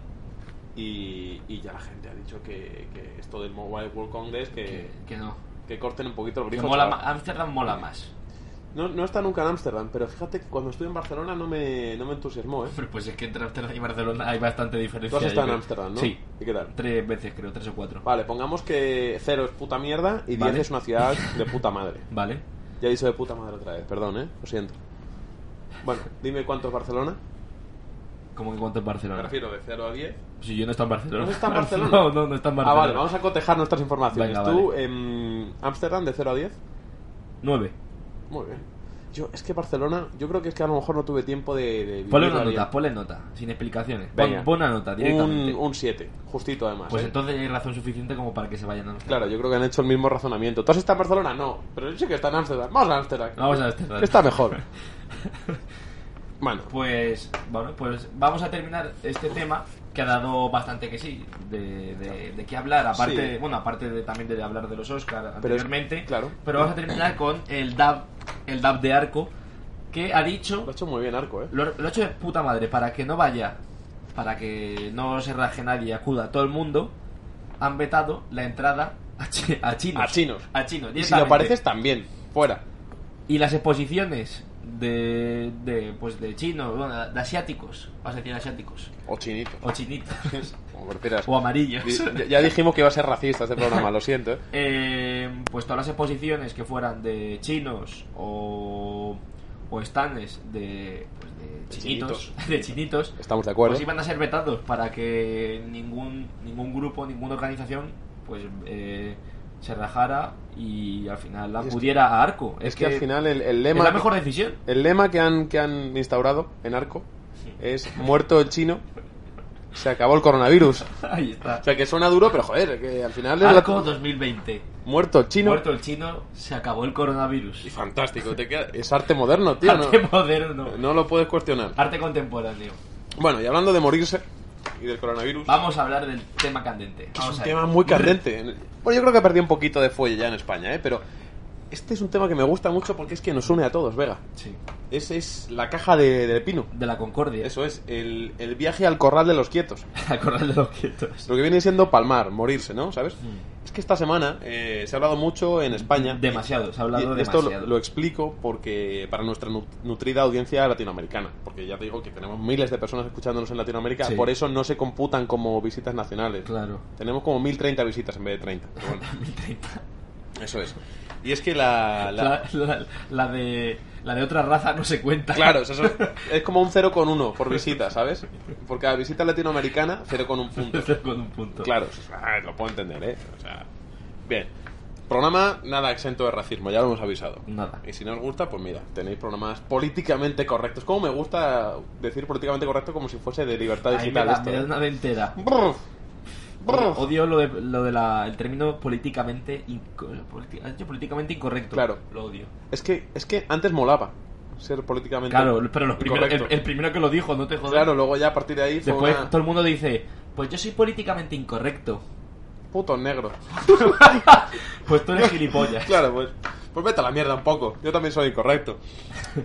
y, y ya la gente ha dicho que, que esto del Mobile World Congress, que,
Que, que no.
que corten un poquito el
Que
grifo.
mola
chaval.
ma- Ámsterdam mola más.
No, no está nunca en Ámsterdam, pero fíjate que cuando estuve en Barcelona no me, no me entusiasmó, ¿eh?
Pero pues es que entre Ámsterdam y Barcelona hay bastante
Tú
diferencia.
has estado
yo
en
creo.
Ámsterdam, ¿no?
Sí,
¿Y qué tal?
tres veces creo, tres o cuatro.
Vale, pongamos que cero es puta mierda y 10
Vale.
es una ciudad de puta madre.
Vale.
Ya he dicho de puta madre otra vez, perdón, ¿eh? Lo siento. Bueno, dime cuánto es Barcelona.
¿Cómo que cuánto es Barcelona?
de 0 a 10.
Si yo no está en Barcelona.
¿No está en
<laughs>
Barcelona?
No, no, no está en Barcelona.
Ah, vale, vamos a cotejar nuestras informaciones.
Venga,
Tú,
vale.
em, Ámsterdam, de 0 a 10.
Nueve.
Muy bien. Yo, es que Barcelona, yo creo que es que a lo mejor no tuve tiempo de. de vivir
Ponle
la
una
vida.
nota, ponle nota, sin explicaciones. Pon,
Venga.
pon una nota directamente.
Un- Un 7, justito además.
Pues
¿eh?
entonces hay razón suficiente como para que se vayan a Ámsterdam.
Claro, yo creo que han hecho el mismo razonamiento. ¿Tú has estado en Barcelona? No, pero yo sé que está en Ámsterdam. Vamos a Ámsterdam.
Vamos a Ámsterdam. <laughs>
Está mejor. bueno,
Pues, bueno, pues vamos a terminar este tema que ha dado bastante que sí, de, de, de qué hablar, aparte,
Sí.
bueno, aparte de, también de hablar de los Oscar
Pero es-
anteriormente,
claro.
pero vamos a terminar con el dab, el dab de Arco, que ha dicho,
lo ha hecho muy bien Arco, ¿eh?
lo, lo ha hecho de puta madre, para que no vaya, para que no se raje nadie y acuda todo el mundo, han vetado la entrada a, chi- a chinos.
A chinos.
A chinos,
Y si lo
directamente.
pareces, también. Fuera.
Y las exposiciones de, de, pues de chinos, bueno, de asiáticos, vas a decir asiáticos,
O chinitos.
o
<laughs>
chinitos,
Como prefieras.
o amarillos.
Di- ya- Ya dijimos que iba a ser racista este programa, lo siento, ¿eh?
Eh, pues todas las exposiciones que fueran de chinos o, o stands de, pues de chinitos, <laughs>
chinitos.
de chinitos,
Estamos de acuerdo.
pues iban a ser vetados para que ningún, ningún grupo, ninguna organización, pues eh, se rajara y al final
que-
acudiera a Arco.
Es que, al final el, el lema.
es la mejor decisión. <laughs>
El lema que han, que han instaurado en Arco es muerto el chino, se acabó el coronavirus.
Ahí está.
O sea que suena duro, pero joder, que al final es la-
Arco 2020.
muerto el chino.
Muerto el chino, se acabó el coronavirus. <laughs>
Y fantástico, te queda- es arte moderno, tío.
Arte
No,
moderno.
no lo puedes cuestionar.
Arte contemporáneo.
Bueno, y hablando de morirse y del coronavirus,
Vamos a hablar del tema candente.
es
Vamos
un
a
tema
ello.
muy candente. Ah, <laughs> Bueno, yo creo que perdí un poquito de fuelle ya en España, ¿eh? pero este es un tema que me gusta mucho porque es que nos une a todos, Vega.
Sí.
Es, es la caja de, del pino.
De la concordia. <laughs>
Eso es, el, el viaje al corral de los quietos.
Acordar de los quietos.
Lo que viene siendo palmar, morirse, ¿no? ¿Sabes? Es que esta semana eh, se ha hablado mucho en Mm. España.
Demasiado, se ha hablado
Y esto lo,
demasiado.
lo explico porque para nuestra nu- nutrida audiencia latinoamericana, porque ya te digo que tenemos miles de personas escuchándonos en Latinoamérica,
Sí.
por eso no se computan como visitas nacionales.
Claro.
Tenemos como 1030 visitas en vez de 30.
<laughs>
pero bueno,
2030.
eso es. Y es que la... la-
La, la- la de, la de otra raza no se cuenta.
Claro,
<laughs>
o sea, eso es, es como un 0,1 por visita, ¿sabes? Por cada visita latinoamericana, 0,1 puntos.
Con un punto.
Claro, o sea, lo puedo entender, ¿eh? O sea, bien. Programa nada exento de racismo, ya lo hemos avisado.
Nada.
Y si no os gusta, pues mira, tenéis programas políticamente correctos. Como me gusta decir políticamente correcto como si fuese de libertad
Ahí me
digital
da,
esto.
me da
¿eh?
una dentera.
Brr, brr.
Odio, odio lo de, lo de la, el término políticamente, inco- politi- has dicho políticamente incorrecto.
Claro.
Lo odio.
Es que es que antes molaba ser políticamente
Claro, pero los primeros-
correcto.
el, el primero que lo dijo, no te
Pues
jodas.
Claro, luego ya a partir de ahí fue
Después
una- <laughs>
todo el mundo dice, pues yo soy políticamente incorrecto. <laughs>
putos negros.
Pues tú eres gilipollas.
<laughs> Claro, pues. Pues vete a la mierda un poco. Yo también soy
<laughs>
incorrecto.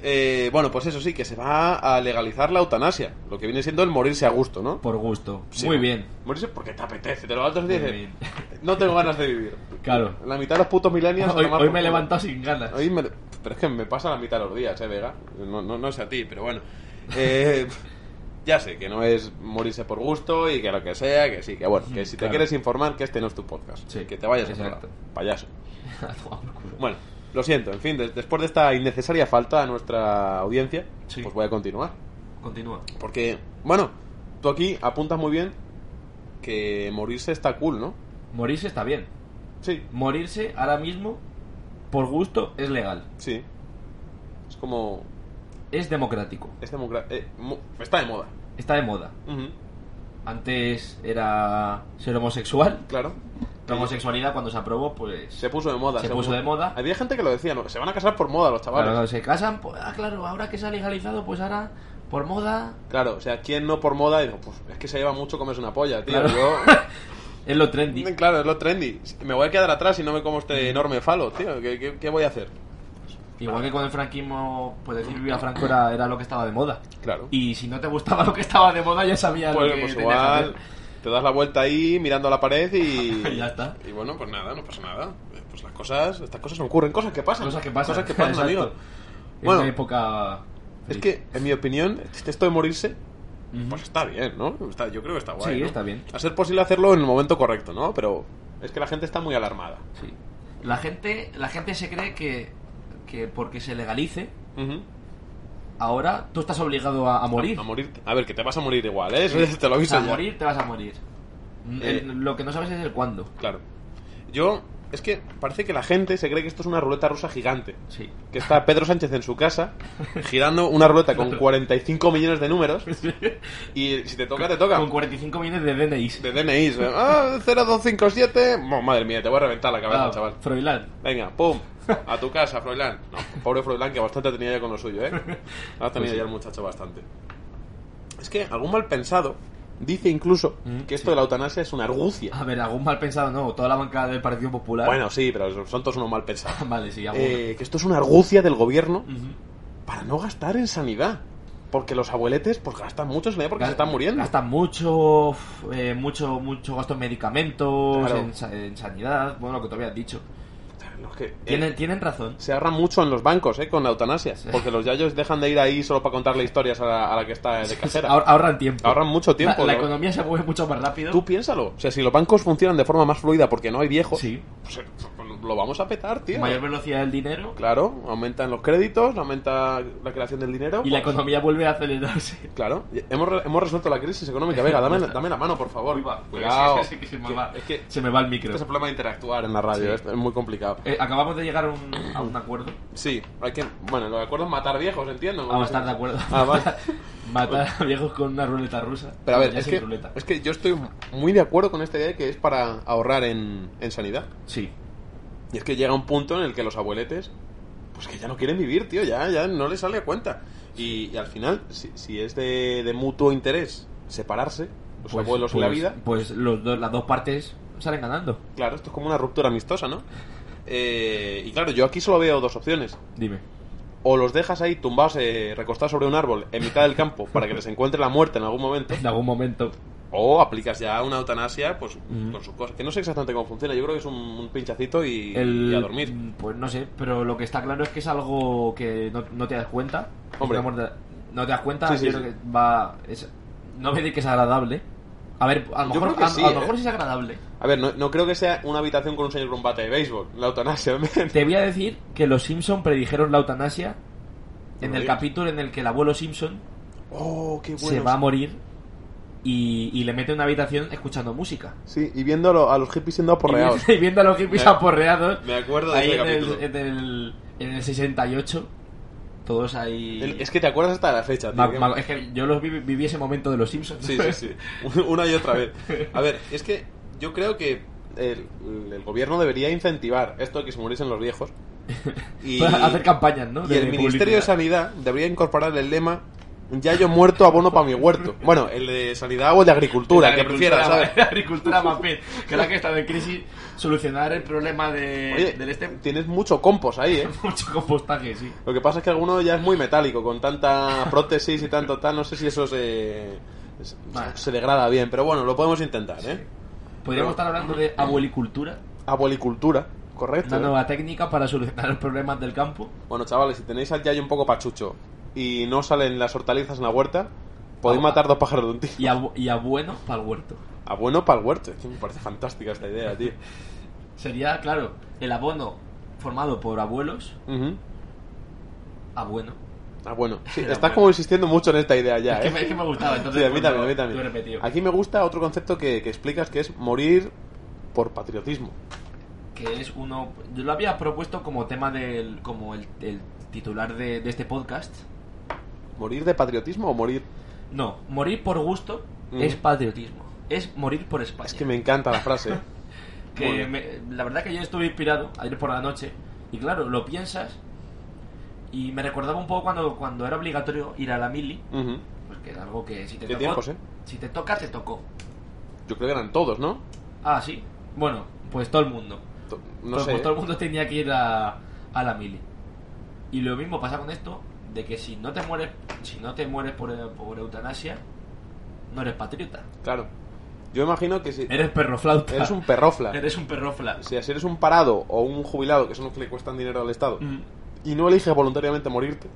Eh, bueno, pues eso sí, que se va a legalizar la eutanasia. Lo que viene siendo el morirse a gusto, ¿no?
Por gusto.
Sí,
Muy bien.
Morirse porque te apetece. Te levantas y
Muy
dices,
bien. <laughs>
no tengo ganas de vivir.
Claro.
La mitad de los putos millennials... a
Hoy,
tomar
hoy
por
me he
culo.
levantado sin ganas. <laughs>
Hoy me- Pero es que me pasa la mitad de los días, ¿eh, Vega? No, no, no sé a ti, pero bueno. Eh, ya sé que no es morirse por gusto y que lo que sea, que sí, que bueno, que si te
Claro.
quieres informar, que este no es tu podcast.
Sí,
que te vayas a otro
exacto.
lado, payaso.
A tomar por culo.
Bueno, lo siento, en fin, des- después de esta innecesaria falta a nuestra audiencia,
Sí.
pues voy a continuar.
Continúa.
Porque, bueno, tú aquí apuntas muy bien que morirse está cool, ¿no?
Morirse está bien.
Sí,
Morirse ahora mismo, por gusto, es legal.
sí. Es como...
Es democrático.
es democra- eh, mo- está de moda.
Está de moda.
Ujú,
Antes era ser homosexual.
claro.
La homosexualidad cuando se aprobó, pues...
Se puso de moda.
Se puso de moda.
Había gente que lo decía, ¿no? se van a casar por moda los
Claro,
chavales.
cuando
Claro,
se casan, pues... Ah, claro, ahora que se ha legalizado, pues ahora, por moda...
o sea, ¿quién no por moda? Digo, pues es que se lleva mucho comerse una polla, tío.
Claro. <laughs>
Yo- <laughs>
Es lo trendy.
claro, es lo trendy. Me voy a quedar atrás si no me como
Mm.
este enorme falo, tío. ¿Qué, qué- qué voy a hacer?
Igual que con el franquismo, pues decir viva Franco era, era lo que estaba de moda.
Claro.
Y si no te gustaba lo que estaba de moda, ya sabías
Pues,
lo que tenías
pues
que
igual
hacer.
te das la vuelta ahí mirando a la pared y...
Y <laughs> ya está.
Y bueno, pues nada, no pasa nada. Eh, Pues las cosas, estas cosas ocurren, cosas que pasan.
Cosas que pasan.
Cosas que pasan,
Exacto.
amigo.
Es
Bueno.
una época...
Es
feliz.
que, en mi opinión, esto de morirse,
Ujú.
pues está bien, ¿no? Está- yo creo que está guay.
Sí,
¿no?
está bien.
A ser posible hacerlo en el momento correcto, ¿no? Pero es que la gente está muy alarmada.
Sí. La gente, la gente se cree que, que porque se legalice,
Ujú.
ahora tú estás obligado a, a morir.
A morirte. A ver, que te vas a morir igual, ¿eh? Eso te lo aviso
a
ya.
morir te vas a morir. Mm,
Eh.
El- lo que no sabes es el cuándo.
Claro. Yo, es que parece que la gente se cree que esto es una ruleta rusa gigante.
Sí.
Que está Pedro Sánchez en su casa, girando una ruleta con 45 millones
<laughs>
de números. Y si te toca, te toca.
Con 45 millones de DNIs.
De DNIs. ¿eh? Ah, 0257. Bueno, madre mía, te voy a reventar la cabeza,
Ah,
chaval.
Froilán.
Venga, pum, a tu casa, Froilán. No, pobre Froilán, que bastante tenía ya con
<laughs>
lo suyo, ¿eh? Ha
Pues
tenido ya el muchacho bastante. Es que algún mal pensado dice incluso
Mm, Ah,
que esto de la eutanasia es una argucia.
A ver, algún mal pensado, no. Toda la bancada del Partido Popular.
Bueno, sí, pero son todos unos mal
<laughs>
pensados.
Vale, sí, alguno.
Eh, que esto es una argucia del gobierno
Ujú.
para no gastar en sanidad. Porque los abueletes pues gastan mucho en sanidad porque se
Gas-
están muriendo.
Gastan mucho, f- eh, mucho, mucho gasto en medicamentos,
Claro.
en, sa- en sanidad, bueno, lo que tú habías dicho.
Los que, eh,
Tienen, tienen razón.
se ahorran mucho en los bancos, ¿eh? Con la eutanasia. Porque los yayos dejan de ir ahí solo para contarle historias a la, a la que está de casera.
Ahor- Ahorran tiempo.
Ahorran mucho tiempo.
La, la
¿no?
economía se mueve mucho más rápido.
Tú piénsalo. O sea, si los bancos funcionan de forma más fluida porque no hay viejos,
Sí.
pues, eh, lo vamos a petar, tío.
Mayor velocidad del dinero
Claro, aumentan los créditos, aumenta la creación del dinero.
y la
Pues,
economía vuelve a acelerarse. <laughs>
Claro, hemos, re- hemos resuelto la crisis económica. Venga, dame, dame la mano, por favor. Cuidado.
Pues Es que se me va,
Es que este
se me va el micro.
es el problema de interactuar en la radio,
Sí.
es, Ah, es muy complicado.
Eh, acabamos de llegar a un, a un acuerdo.
Sí, hay que. Bueno, lo de acuerdo es matar viejos, entiendo.
Vamos a estar de acuerdo. <laughs>
Ah, vale.
Matar a viejos con una ruleta rusa.
Pero a ver,
<laughs> Ya
es
sin
que,
ruleta.
es que yo estoy muy de acuerdo con esta idea de que es para ahorrar en, en sanidad.
Sí.
Y es que llega un punto en el que los abueletes, pues que ya no quieren vivir, tío, ya, ya no les sale a cuenta. Y, y al final, si, si es de, de mutuo interés separarse, los
Pues-
abuelos y
pues-
la vida,
Pues los dos- las dos partes salen ganando.
claro, esto es como una ruptura amistosa, ¿no? Eh, y claro, yo aquí solo veo dos opciones.
Dime.
O los dejas ahí tumbados, eh, recostados sobre un árbol, en mitad del campo, para que les encuentre la muerte en algún momento.
En algún momento.
O aplicas ya una eutanasia, pues,
Ujú.
con sus cosas. Que no sé exactamente cómo funciona. Yo creo que es un, un pinchacito y,
El-
y a dormir.
mm, Pues no sé, pero lo que está claro es que es algo que no, no te das cuenta.
Hombre.
Es una muerte- No te das cuenta,
Sí, sí,
yo
sí.
creo que va. es- no me diré que es agradable. A ver, a lo
Yo
mejor,
creo que
a-
sí,
a lo
¿eh?
mejor sí es agradable.
A ver, no, no creo que sea una habitación con un señor con un bate de béisbol. La eutanasia, <laughs> men.
Te voy a decir que los Simpson predijeron la eutanasia en
Lo
el
vi.
capítulo en el que el abuelo Simpson
Oh, qué bueno.
se va a morir y, y le mete en una habitación escuchando música.
Sí, y viendo a, lo- a los hippies
<laughs>
siendo aporreados.
Y viendo a los hippies
Me-
aporreados.
me acuerdo de
ahí
ese
en el,
capítulo.
en, el, en el 68. Todos ahí.
El- es que te acuerdas hasta la fecha, tío.
Ma-
que-
ma- es que yo los vi- viví ese momento de los Simpsons. <laughs>
Sí, sí, <laughs> sí. Una y otra vez. A ver, es que yo creo que el, el gobierno debería incentivar esto de que se muriesen los
<laughs>
viejos. Y,
Para hacer campañas, ¿no?
y
De
el Ministerio de
publicidad.
Sanidad debería incorporar el lema Yayo muerto, abono para mi huerto. Bueno, el de sanidad o el de agricultura,
La
que prefieras,
<laughs>
¿sabes?
La agricultura mapet, que ahora que está de crisis, solucionar el problema de,
Oye,
del este. <laughs>
tienes mucho compos ahí, ¿eh?
Mucho compostaje, sí.
Lo que pasa es que alguno ya es muy metálico, con tanta prótesis y tanto tal, no sé si eso se, se,
Vale.
se degrada bien, pero bueno, lo podemos intentar, ¿eh? Pero-
Podríamos estar hablando de abuelicultura,
Abuelicultura, correcto.
una
¿eh?
nueva técnica para solucionar los problemas del campo.
Bueno, chavales, si tenéis al Yayo un poco pachucho y no salen las hortalizas en la huerta, podéis
Ah.
matar dos pájaros de un tiro.
Y a, y a bueno para el huerto.
A bueno para el huerto, es que me parece fantástica esta idea, tío.
Sería, claro, el abono formado por abuelos,
Ujú.
a bueno.
Ah, bueno. Sí, estás como insistiendo mucho en esta idea ya,
Es que,
¿eh?
me, es que me gustaba, entonces.
Sí, a mí
pues, lo-
también, a mí
lo he
también.
repetido.
Aquí me gusta otro concepto que, que explicas que es morir por patriotismo.
que es uno yo lo había propuesto como tema del como el, el titular de, de este podcast
¿Morir de patriotismo o morir...?
no morir por gusto
Mm.
es patriotismo es morir por España
Es que me encanta la
<laughs>
frase.
Que
Bueno.
me- la verdad que yo estuve inspirado ayer por la noche y claro lo piensas y me recordaba un poco cuando cuando era obligatorio ir a la mili
Ujú.
porque era algo que si te
Qué
tocó
tiempos, ¿eh?
si te toca te tocó
Yo creo que eran todos, ¿no?
ah sí bueno pues todo el mundo
To- No
Pues,
sé. ¿eh?
pues todo el mundo tenía que ir a, a la mili. Y lo mismo pasa con esto, de que si no te mueres, si no te mueres por, por eutanasia, no eres patriota.
Claro. Yo imagino que si...
Eres perroflauta.
Eres un perrofla.
<laughs> Eres un perrofla.
Si así eres un parado o un jubilado, que son los que le cuestan dinero al Estado,
Mm.
y no eliges voluntariamente morirte,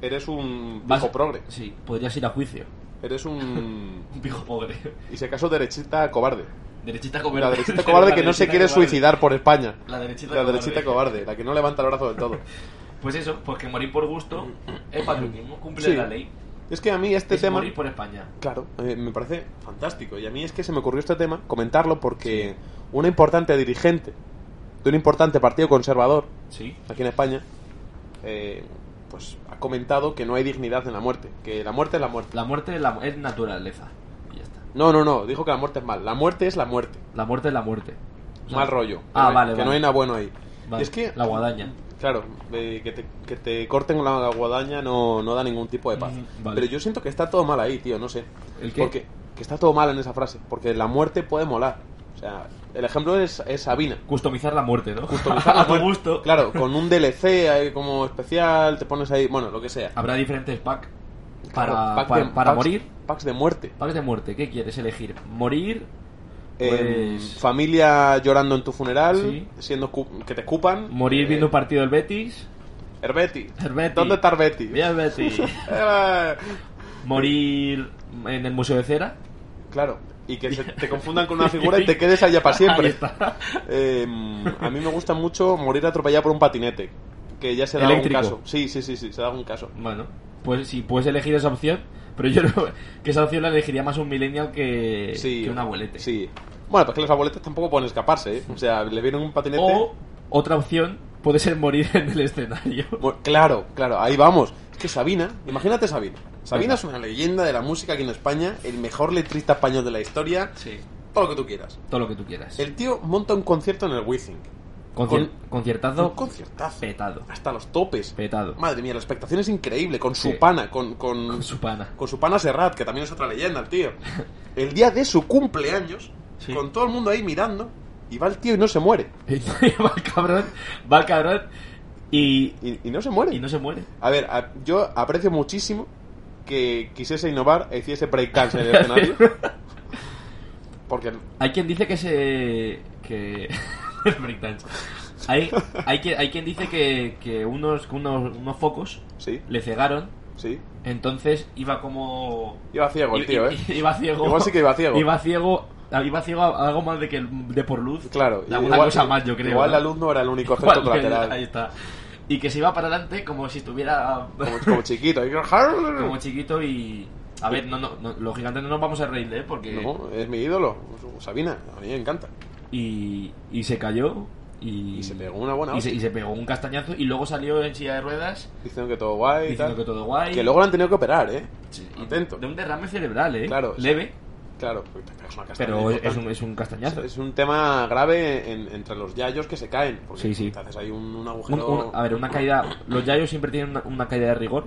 eres un
Vas-
pijo progre.
Sí, podrías ir a juicio. <laughs>
Eres un...
Un pijo pobre.
Y si acaso
<laughs>
derechista cobarde.
Derechita cobarde. <laughs>
La derechita cobarde
La
que no se
derechita
quiere
cobarde.
suicidar por España.
La derechita
La
cobarde.
derechita cobarde, la que no levanta el brazo del todo.
Pues eso, pues que morir por gusto es patriotismo, cumple
Mm. Sí.
la ley.
Es que a mí este
es
tema...
morir por España.
Claro, eh, me parece fantástico. Y a mí es que se me ocurrió este tema, comentarlo, porque una importante dirigente de un importante partido conservador
Sí.
aquí en España, eh, pues ha comentado que no hay dignidad en la muerte, que la muerte es la muerte.
La muerte es, la- es naturaleza. Y ya está.
No, no, no, dijo que la muerte es mal. La muerte es la muerte.
La muerte es la muerte. O sea,
Mal rollo.
Ah,
que,
vale,
Que
vale.
no hay nada bueno ahí.
Vale,
Y es que,
La guadaña.
claro, eh, que, te, que te corten la guadaña no, no da ningún tipo de paz.
Mm, vale.
Pero yo siento que está todo mal ahí, tío, no sé.
¿El qué?
Porque, que está todo mal en esa frase, porque la muerte puede molar. O sea, el ejemplo es, es Sabina.
Customizar la muerte, ¿no?
Customizar
<laughs>
la
a tu
muerte.
gusto.
Claro, con un DLC ahí como especial, te pones ahí, bueno, lo que sea.
Habrá diferentes packs para,
Claro, pack
Ah, para,
de-
para
packs-
morir.
Packs de muerte.
Packs de muerte, ¿qué quieres elegir? ¿Morir?
Eh,
Pues-
familia llorando en tu funeral,
Sí.
siendo cu- que te escupan.
¿Morir
Eh,
viendo un partido del Betis? <laughs>
Herbeti.
Herbeti.
¿Dónde está Herbeti?
Bien, Betis.
Eh,
<laughs> ¿Morir en el Museo de Cera?
claro. Y que se- te confundan con una figura
<laughs>
y te quedes allá para siempre.
Ahí está. <laughs>
Eh, a mí me gusta mucho morir atropellado por un patinete. Que ya se da algún
Eléctrico.
caso. Sí, sí, sí, sí, se da algún caso.
Bueno, pues si puedes elegir esa opción, pero yo creo <laughs> que esa opción la elegiría más un millennial que,
Sí.
Eh, que un abuelete.
Sí. Bueno, pues que los abueletes tampoco pueden escaparse, ¿eh? O sea, le viene un patinete.
O otra opción puede ser morir en el escenario.
Bueno, Claro, claro, ahí vamos. Es que Sabina, imagínate Sabina. Sabina es una leyenda de la música aquí en España, el mejor letrista español de la historia,
Sí.
todo lo que tú quieras.
Todo lo que tú quieras.
El tío monta un concierto en el Wizzing.
Concier-
Con-
Conciertazo
Un conciertazo.
petado.
Hasta los topes.
Petado.
Madre mía, la expectación es increíble, con su
Sí.
pana, con, con,
Con su pana. <laughs>
con su pana Serrat, que también es otra leyenda, el tío. El día de su cumpleaños,
Sí.
con todo el mundo ahí mirando, y va el tío y no se muere.
Y va el cabrón, va el cabrón y,
Y, y no se muere.
y no se muere.
A ver, a- yo aprecio muchísimo que quisiese innovar e hiciese breakdance
<laughs>
en el escenario. Porque
Hay quien dice que se... que... <laughs> el breakdance. Hay, hay, quien, hay quien dice que, que unos, que unos, unos focos
sí,
le cegaron,
sí. entonces
entonces iba como...
Iba ciego el tío,
i-
¿eh?
i- Iba ciego.
Igual sí que iba ciego.
Iba ciego, iba ciego a- algo más de que el- de por luz.
Claro,
De alguna cosa más, yo creo.
Igual
¿no?
la luz no era el único efecto
Igual que- Ahí
colateral.
está. Y que se iba para adelante como si estuviera <laughs>
Como, como chiquito. ahí,
como chiquito y... A ver, no, no, no, los gigantes no nos vamos a reír de él porque...
No, es mi ídolo, Sabina, a mí me encanta.
Y, y se cayó y...
Y se pegó una buena
y se,
hostia.
y se pegó un castañazo y luego salió en silla de ruedas
Diciendo que todo guay y
diciendo
tal.
que todo guay.
Que luego lo han tenido que operar, ¿eh?
Sí, y
Atento.
De un derrame cerebral, ¿eh?
Claro.
Leve,
Claro, porque te pegas una castaña
pero es, es
importante.
un, es un castañazo.
Es un tema grave en- entre los yayos que se caen. Porque
Sí, sí.
te haces ahí un, un
Un-
agujero.
un- a ver, una caída... Los yayos siempre tienen una, una caída de rigor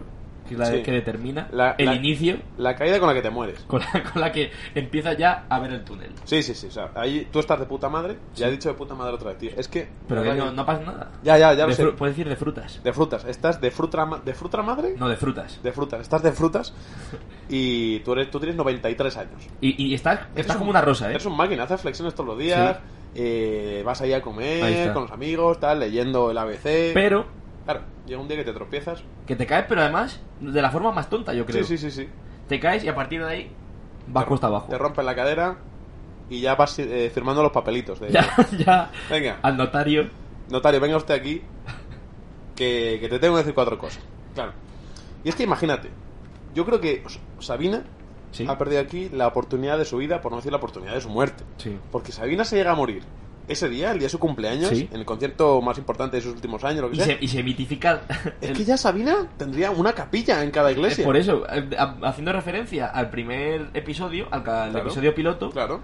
que es la de-
Sí.
que determina
La-
el
la-
inicio,
La caída con la que te mueres.
con la, con la que empieza ya a ver el túnel.
Sí, sí, sí. O sea, ahí tú estás de puta madre. Ya he dicho de puta madre otra vez, tío. Es que.
Pero
la
que
verdad
no,
que-
no pasa nada.
Ya, ya, ya lo
De
sé.
fru- Puedes decir de frutas.
De frutas. Estás de frutra, ma- de frutra madre.
No, de frutas.
De frutas. Estás de frutas. Y tú, eres, tú tienes 93 años.
Y, y estás,
Eres
estás
un-
como una rosa, ¿eh?
Eres un máquina, haces flexiones todos los días. eh, vas ahí a
Ahí
comer
está.
con los amigos, tal, leyendo el ABC.
Pero
Claro, llega un día que te tropiezas.
que te caes, pero además de la forma más tonta, yo creo.
Sí, sí, sí, sí.
Te caes y a partir de ahí vas cuesta abajo.
Te rompen la cadera y ya vas eh, firmando los papelitos. De,
<laughs> Ya, ya.
Venga.
Al notario.
Notario, venga usted aquí que, que te tengo que decir cuatro cosas. Claro. Y es que imagínate, yo creo que S- Sabina
Sí.
ha perdido aquí la oportunidad de su vida, por no decir la oportunidad de su muerte.
Sí.
Porque Sabina se llega a morir ese día, el día de su cumpleaños,
Sí.
en el concierto más importante de sus últimos años, lo que
Y se,
sea.
y se mitifica.
Es
el-
que ya Sabina tendría una capilla en cada
es
iglesia.
por eso, eh, ha- haciendo referencia al primer episodio, al ca- al
Claro.
episodio piloto,
Claro.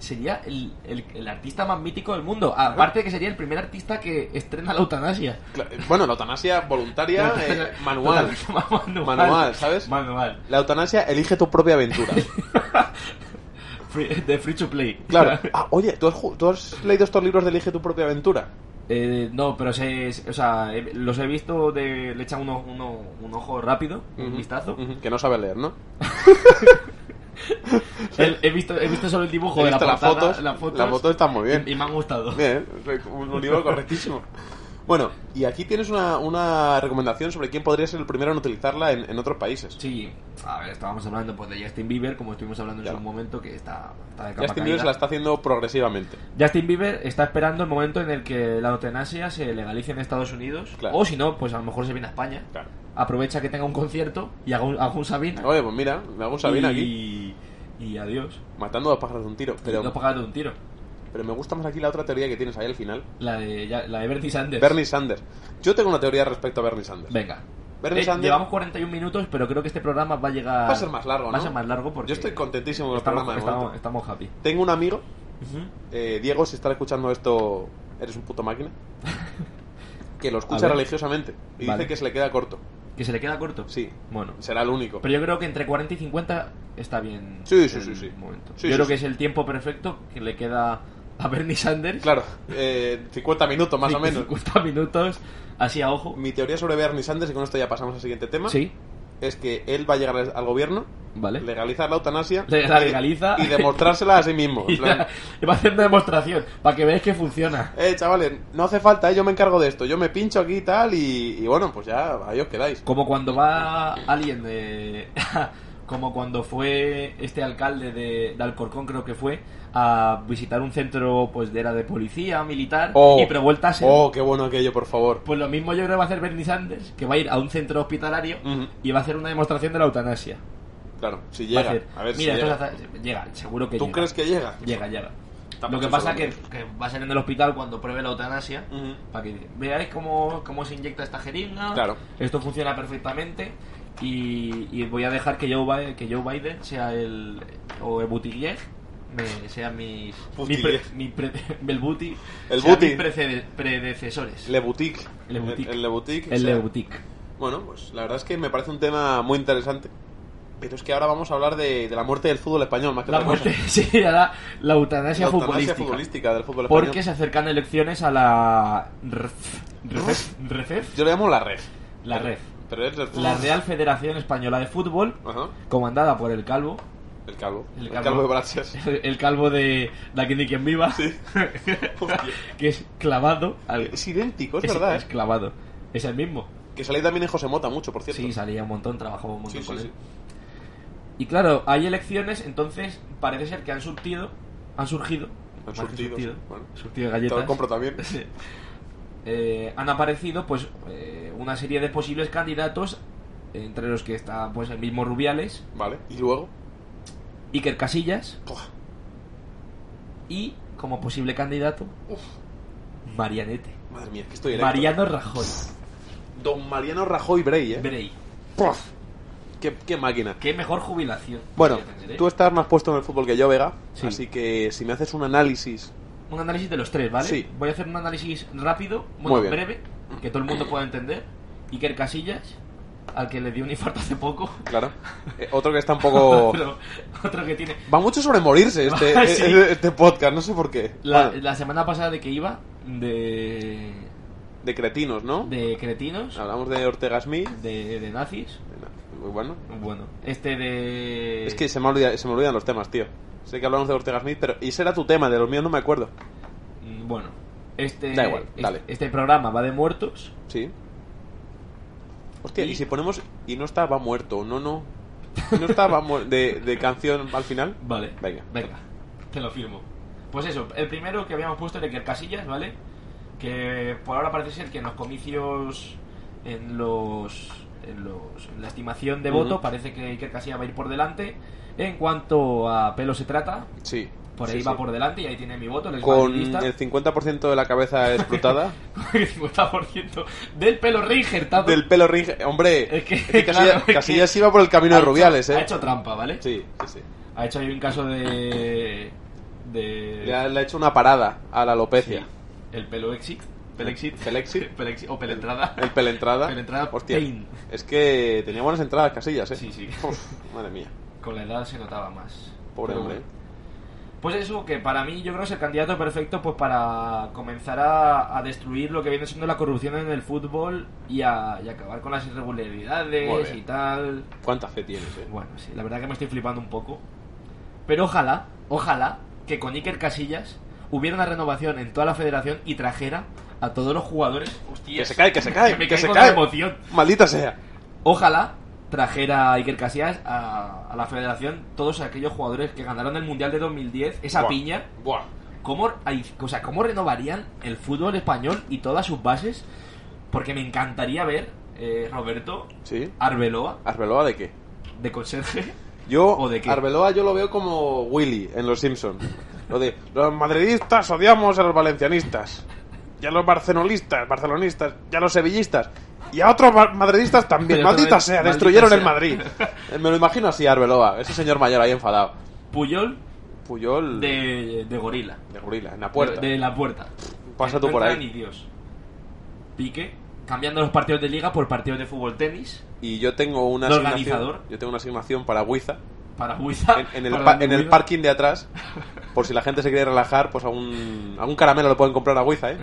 sería el, el- el artista más mítico del mundo. Aparte de que sería el primer artista que estrena la eutanasia.
Cla- Bueno, la eutanasia voluntaria,
<laughs>
eh, manual.
Totalmente manual.
Manual, ¿sabes?
Manual.
La eutanasia elige tu propia aventura.
Free- de free to play.
Claro. Ah, oye, ¿tú has, ju- tú has leído estos libros de Elige tu propia aventura?
<laughs> Eh, no, pero se, se- o sea, he- los he visto, de, le echan uno, uno- un ojo rápido, un vistazo.
Ujú, Que no sabe leer, ¿no?
El- he, visto, he visto solo el dibujo
He
de la
visto las
portada,
fotos.
las fotos,
Las fotos están muy bien.
y, y me han gustado.
Bien, ¿eh? un un libro correctísimo. Bueno, y aquí tienes una, una recomendación sobre quién podría ser el primero en utilizarla en, en otros países.
Sí, a ver, estábamos hablando pues, de Justin Bieber, como estuvimos hablando en
Claro.
su momento, que está, está de capa
Justin
caída.
Bieber se la está haciendo progresivamente.
Justin Bieber está esperando el momento en el que la eutanasia se legalice en Estados Unidos,
Claro.
o si no, pues a lo mejor se viene a España.
Claro.
Aprovecha que tenga un concierto y haga un, haga un Sabina.
Oye, pues mira, me hago un Sabina aquí,
y, y adiós.
matando dos pájaros de un tiro. Pero,
Pero... No pagar un tiro.
pero me gusta más aquí la otra teoría que tienes ahí al final.
La de, ya- la de Bernie Sanders.
Bernie Sanders. Yo tengo una teoría respecto a Bernie Sanders.
Venga.
Bernie
Eh,
Sanders-
Llevamos 41 minutos, pero creo que este programa va a llegar.
Va a ser más largo, ¿no?
Va a ser más largo porque.
Yo estoy contentísimo con el
estamos,
programa de
estamos,
momento.
estamos happy.
Tengo un amigo, eh, Diego, si estás escuchando esto, eres un
<laughs>
puto máquina, que lo escucha
A ver.
religiosamente y
Vale.
dice que se le queda corto.
¿Que se le queda corto?
Sí.
Bueno.
Será el único.
Pero yo creo que entre 40 y 50 está bien.
Sí, sí,
el
sí, sí.
Momento.
Sí,
yo
sí,
creo
sí.
que es el tiempo perfecto que le queda a Bernie Sanders.
Claro, eh, 50 minutos más o menos.
50 <laughs> minutos, así a ojo.
Mi teoría sobre Bernie Sanders, y con esto ya pasamos al siguiente tema,
Sí,
es que él va a llegar al gobierno,
vale. <laughs>
legalizar la eutanasia
Le- la legaliza.
y, y demostrársela a
<laughs>
sí mismo. en
Y
plan,
ya- y va a hacer una demostración para que veáis que funciona.
eh, chavales, no hace falta, eh, yo me encargo de esto, yo me pincho aquí y tal, y, y bueno, pues ya, ahí os quedáis.
Como cuando va alguien de. <laughs> Como cuando fue este alcalde de, de Alcorcón, creo que fue, a visitar un centro, pues de era de policía, militar,
Oh,
y probó el taser.
Oh, qué bueno aquello, por favor.
Pues lo mismo yo creo que va a hacer Bernie Sanders, que va a ir a un centro hospitalario
Ujú.
y va a hacer una demostración de la eutanasia.
Claro, si
Va a
llega.
hacer,
A ver
mira,
si
esto
llega.
se hace- llega, seguro que
¿Tú
llega.
crees que llega?
Llega, llega.
Estamos
Lo que
en
pasa que,
segundos.
que va a ser en el hospital cuando pruebe la eutanasia.
Ujú.
Para que veáis cómo, cómo se inyecta esta jeringa.
Claro.
Esto funciona perfectamente. Y, y voy a dejar que Joe, Biden, que Joe Biden sea el. o el Buttigieg. Me, sean mis. mi pre-
Buttigieg.
mi pre- <laughs> el Buti.
El
sean
Buti.
mis precede- predecesores.
Le Boutique.
Le Boutique.
El, el Le Boutique. o
el
sea,
de Boutique.
Bueno, pues la verdad es que me parece un tema muy interesante. Pero es que ahora vamos a hablar de, de la muerte del fútbol español, más que
La
otra cosa.
muerte. <laughs> Sí, la, la eutanasia
La eutanasia
futbolística.
futbolística del fútbol español.
Porque se acercan elecciones a la. RF, RF, RFF,
Yo le llamo la red.
la REF.
Pero es el...
La Real Federación Española de Fútbol,
Ajá.
comandada por el Calvo, <laughs>
El calvo.
El
El
calvo.
calvo,
<laughs>
de Brachas.
el Calvo de La Quien de Quien Viva, <laughs> que es clavado. al-
Es idéntico, es, verdad,
Es
¿eh?
clavado. Es el mismo.
Que salía también en José Mota mucho, por cierto.
Sí, salía un montón, trabajaba un montón
Sí, sí,
con él.
sí.
Y claro, hay elecciones, entonces parece ser que han surtido, han surgido, más que
surtido,
surtido,
sí, bueno.
surtido de
Te
galletas.
lo compro también.
Sí. Eh, han aparecido pues eh, una serie de posibles candidatos entre los que está pues el mismo Rubiales,
Vale. Y luego...
Iker Casillas
Buah.
y como posible candidato Marianete,
Madre mía, que estoy erecto.
Mariano Rajoy,
Don Mariano Rajoy Brey, ¿eh?
Brey.
Puf. Qué, qué máquina.
Qué mejor jubilación.
Bueno,
podría tener, ¿eh?
tú estás más puesto en el fútbol que yo, Vega.
Sí.
Así que si me haces un análisis
un análisis de los tres, ¿vale?
Sí.
Voy a hacer un análisis rápido,
Muy
bueno,
bien.
breve, que todo el mundo pueda entender. Iker Casillas, al que le dio un infarto hace poco. <laughs>
Claro. Eh, otro que está un poco.
Otro, otro que tiene.
Va mucho sobre
<laughs>
morirse este,
Sí.
eh, este podcast, no sé por qué.
La,
Bueno,
la semana pasada de que iba, de.
de cretinos, ¿no?
de cretinos,
Hablamos de Ortega Smith.
de, de nazis.
Muy bueno.
Bueno, este de.
Es que se me, olvida- se me olvidan los temas, tío. Sé que hablamos de Ortega Smith, pero. Y ese era tu tema, de los míos no me acuerdo.
Mm, Bueno, este.
Da igual,
este-
dale.
Este programa va de muertos.
Sí. Hostia, y,
Y-
si ponemos. Y no estaba muerto, no, no. Y no estaba muerto. De, de canción al final.
Vale.
Venga.
Venga, te lo firmo. Pues eso, el primero que habíamos puesto era Iker Casillas, ¿vale? Que por ahora parece ser que en los comicios, en los. en, los- en la estimación de
Ujú.
voto, parece que Iker Casillas va a ir por delante. En cuanto a pelo se trata,
Sí.
por
Sí,
ahí va
sí.
por delante y ahí tiene mi voto, el
Con
exmadridista.
el 50% de la cabeza
<laughs>
explotada.
el 50% del pelo reinjertado.
del pelo ringe. Hombre,
Es que,
Casillas,
claro, es que
Casillas iba por el camino
ha
de
hecho-
Rubiales,
Ha
eh.
hecho trampa, ¿vale?
Sí, sí, sí.
Ha hecho ahí un caso de. de.
Le ha, le ha hecho una parada a la
Sí.
alopecia.
El pelo exit. Pelexit. <laughs>
Pelexit.
Pelexit. O pelentrada.
El pelentrada.
Pelentrada,
Hostia.
pain.
Es que tenía buenas entradas Casillas, eh.
Sí, sí.
Uf, madre mía.
Con la edad se notaba más.
Pobre
Pero
hombre.
bueno. Pues eso, que para mí yo creo que es el candidato perfecto pues para comenzar a, a destruir lo que viene siendo la corrupción en el fútbol y, a, y acabar con las
Muy
irregularidades
bien.
y tal.
Cuánta fe tienes, eh.
Bueno, sí, la verdad que me estoy flipando un poco. Pero ojalá, ojalá que con Iker Casillas hubiera una renovación en toda la federación y trajera a todos los jugadores. Hostia,
Que se cae, que se cae,
me
que se
caigo
cae.
de emoción.
Maldita sea.
Ojalá trajera a Iker Casillas a, a la federación todos aquellos jugadores que ganaron el Mundial de 2010, esa
Buah.
piña.
Buah.
¿Cómo, ay, o sea, ¿Cómo renovarían el fútbol español y todas sus bases? Porque me encantaría ver, eh, Roberto,
Sí.
Arbeloa,
¿Arbeloa de qué?
de conserje.
Yo,
¿O de qué?
Arbeloa, yo lo veo como Willy en Los Simpsons. Lo de los madridistas odiamos a los valencianistas, y a los barcelonistas, barcelonistas, y a los sevillistas, y a otros ba- madridistas también.
Y otra
Maldita
vez,
sea,
maldita
destruyeron el
sea. <laughs>
Madrid. Eh, Me lo imagino así, Arbeloa, ese señor mayor ahí enfadado.
Puyol,
Puyol de,
de, de gorila.
gorila, en la puerta.
De, de la puerta.
Pasa tú
No
por
entra Ni
ahí.
Dios. Pique, cambiando los partidos de liga por partidos de fútbol tenis.
Y yo tengo una
De
asignación,
organizador.
yo tengo una asignación para Huiza
Para Huiza.
en, en el,
para
pa-
la
en el
movida.
parking de atrás. Por si la gente se quiere relajar, pues algún, algún caramelo lo pueden comprar a Huiza, ¿eh?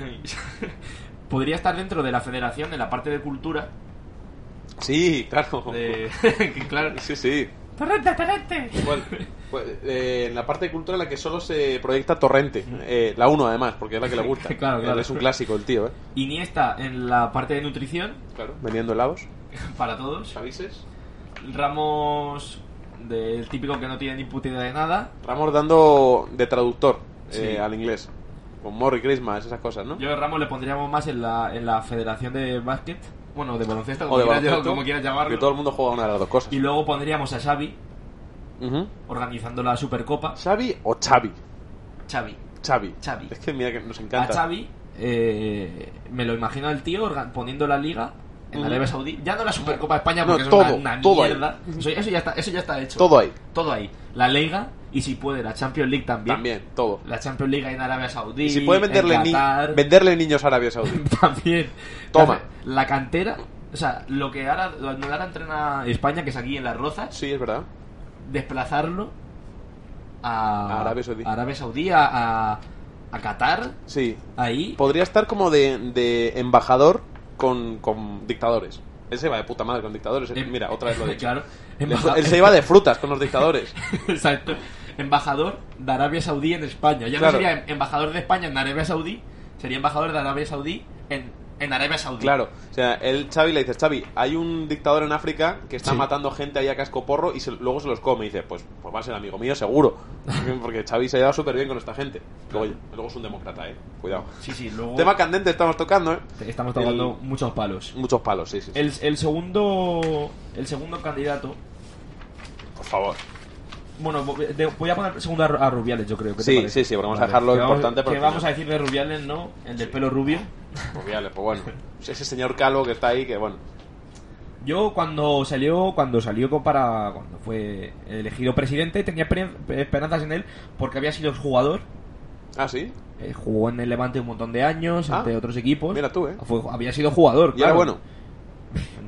Podría estar dentro de la federación, en la parte de cultura.
Sí, claro.
De... <laughs> que claro.
Sí, sí.
¡Torrente, torrente!
Bueno, pues, eh, en la parte de cultura en la que solo se proyecta Torrente. Eh, la 1, además, porque es la que le gusta.
<laughs> Claro, claro.
Él Es un clásico el tío, ¿eh?
Iniesta en la parte de nutrición, <laughs>
Claro. Vendiendo helados.
para todos.
Avises.
Ramos, del típico que no tiene ni puta idea de nada.
Ramos dando de traductor eh,
Sí.
al inglés. Con Morri Christmas, esas cosas, ¿no?
Yo a Ramos le pondríamos más en la, en la federación de básquet. Bueno, de baloncesto, como,
de
quieras,
baloncesto,
como quieras
Que
llamarlo.
todo el mundo juega una de las dos cosas.
Y luego pondríamos a Xavi
Ujú.
organizando la Supercopa.
¿Xavi o Xavi?
Xavi.
Xavi.
Xavi.
Es que mira que nos
A
encanta.
Xavi eh, me lo imagino al tío orga- poniendo la liga en
Ujú.
Arabia Saudí. Ya no la Supercopa de España
No,
porque es
todo,
una, una
todo ahí.
mierda. Eso, eso ya está, eso ya está hecho.
Todo ahí.
Todo ahí. La Liga y si puede la Champions League también.
También, todo.
La Champions League en Arabia Saudí.
Y si puede venderle,
en
ni-
Qatar,
venderle niños a Arabia Saudí.
<laughs> también.
Toma.
La cantera. O sea, lo que ahora, donde ahora entrena España, que es aquí en Las Rozas,
Sí, es verdad.
desplazarlo a,
A Arabia Saudí.
a Arabia Saudí, a, a, a Qatar,
Sí,
ahí.
Podría estar como de, de embajador con, con dictadores. Él se iba de puta madre con dictadores.
Em-
Mira, otra vez lo he
<laughs>
dicho.
claro.
Él
Embaja-
él se iba de frutas con los dictadores.
<laughs>
<laughs>
Exacto. Embajador de Arabia Saudí en España. Ya
Claro.
no sería em, embajador de España en Arabia Saudí, sería embajador de Arabia Saudí en, en Arabia Saudí.
Claro. O sea, él, Xavi, le dices, Xavi, hay un dictador en África que está
Sí.
matando gente ahí a casco porro y se- luego se los come. Y dice, pues, pues va a ser amigo mío,
<laughs>
seguro. Porque Xavi se ha llevado súper bien con esta gente. Luego, oye, luego es un demócrata, eh. Cuidado.
Sí, sí, luego
Tema candente estamos tocando, eh.
estamos tomando muchos palos.
Muchos palos, sí, sí. sí.
El, el segundo el segundo candidato,
Por favor.
bueno, vo- de- voy a poner segundo a, Ru- a Rubiales, yo creo. ¿qué te
Sí,
parece?
sí, sí, pero vamos a dejar lo
que vamos-
importante para
que
el
vamos a
final.
decir de Rubiales, ¿no? El del pelo rubio.
Pues, vale, pues bueno. Ese señor calvo que está ahí, que bueno.
Yo cuando salió, cuando salió co- para cuando fue elegido presidente tenía pre- esperanzas en él porque había sido jugador,
Ah, sí.
eh, jugó en el Levante un montón de años
Ah,
entre otros equipos.
mira tú, eh.
Fue- había sido jugador.
Y era
claro.
bueno.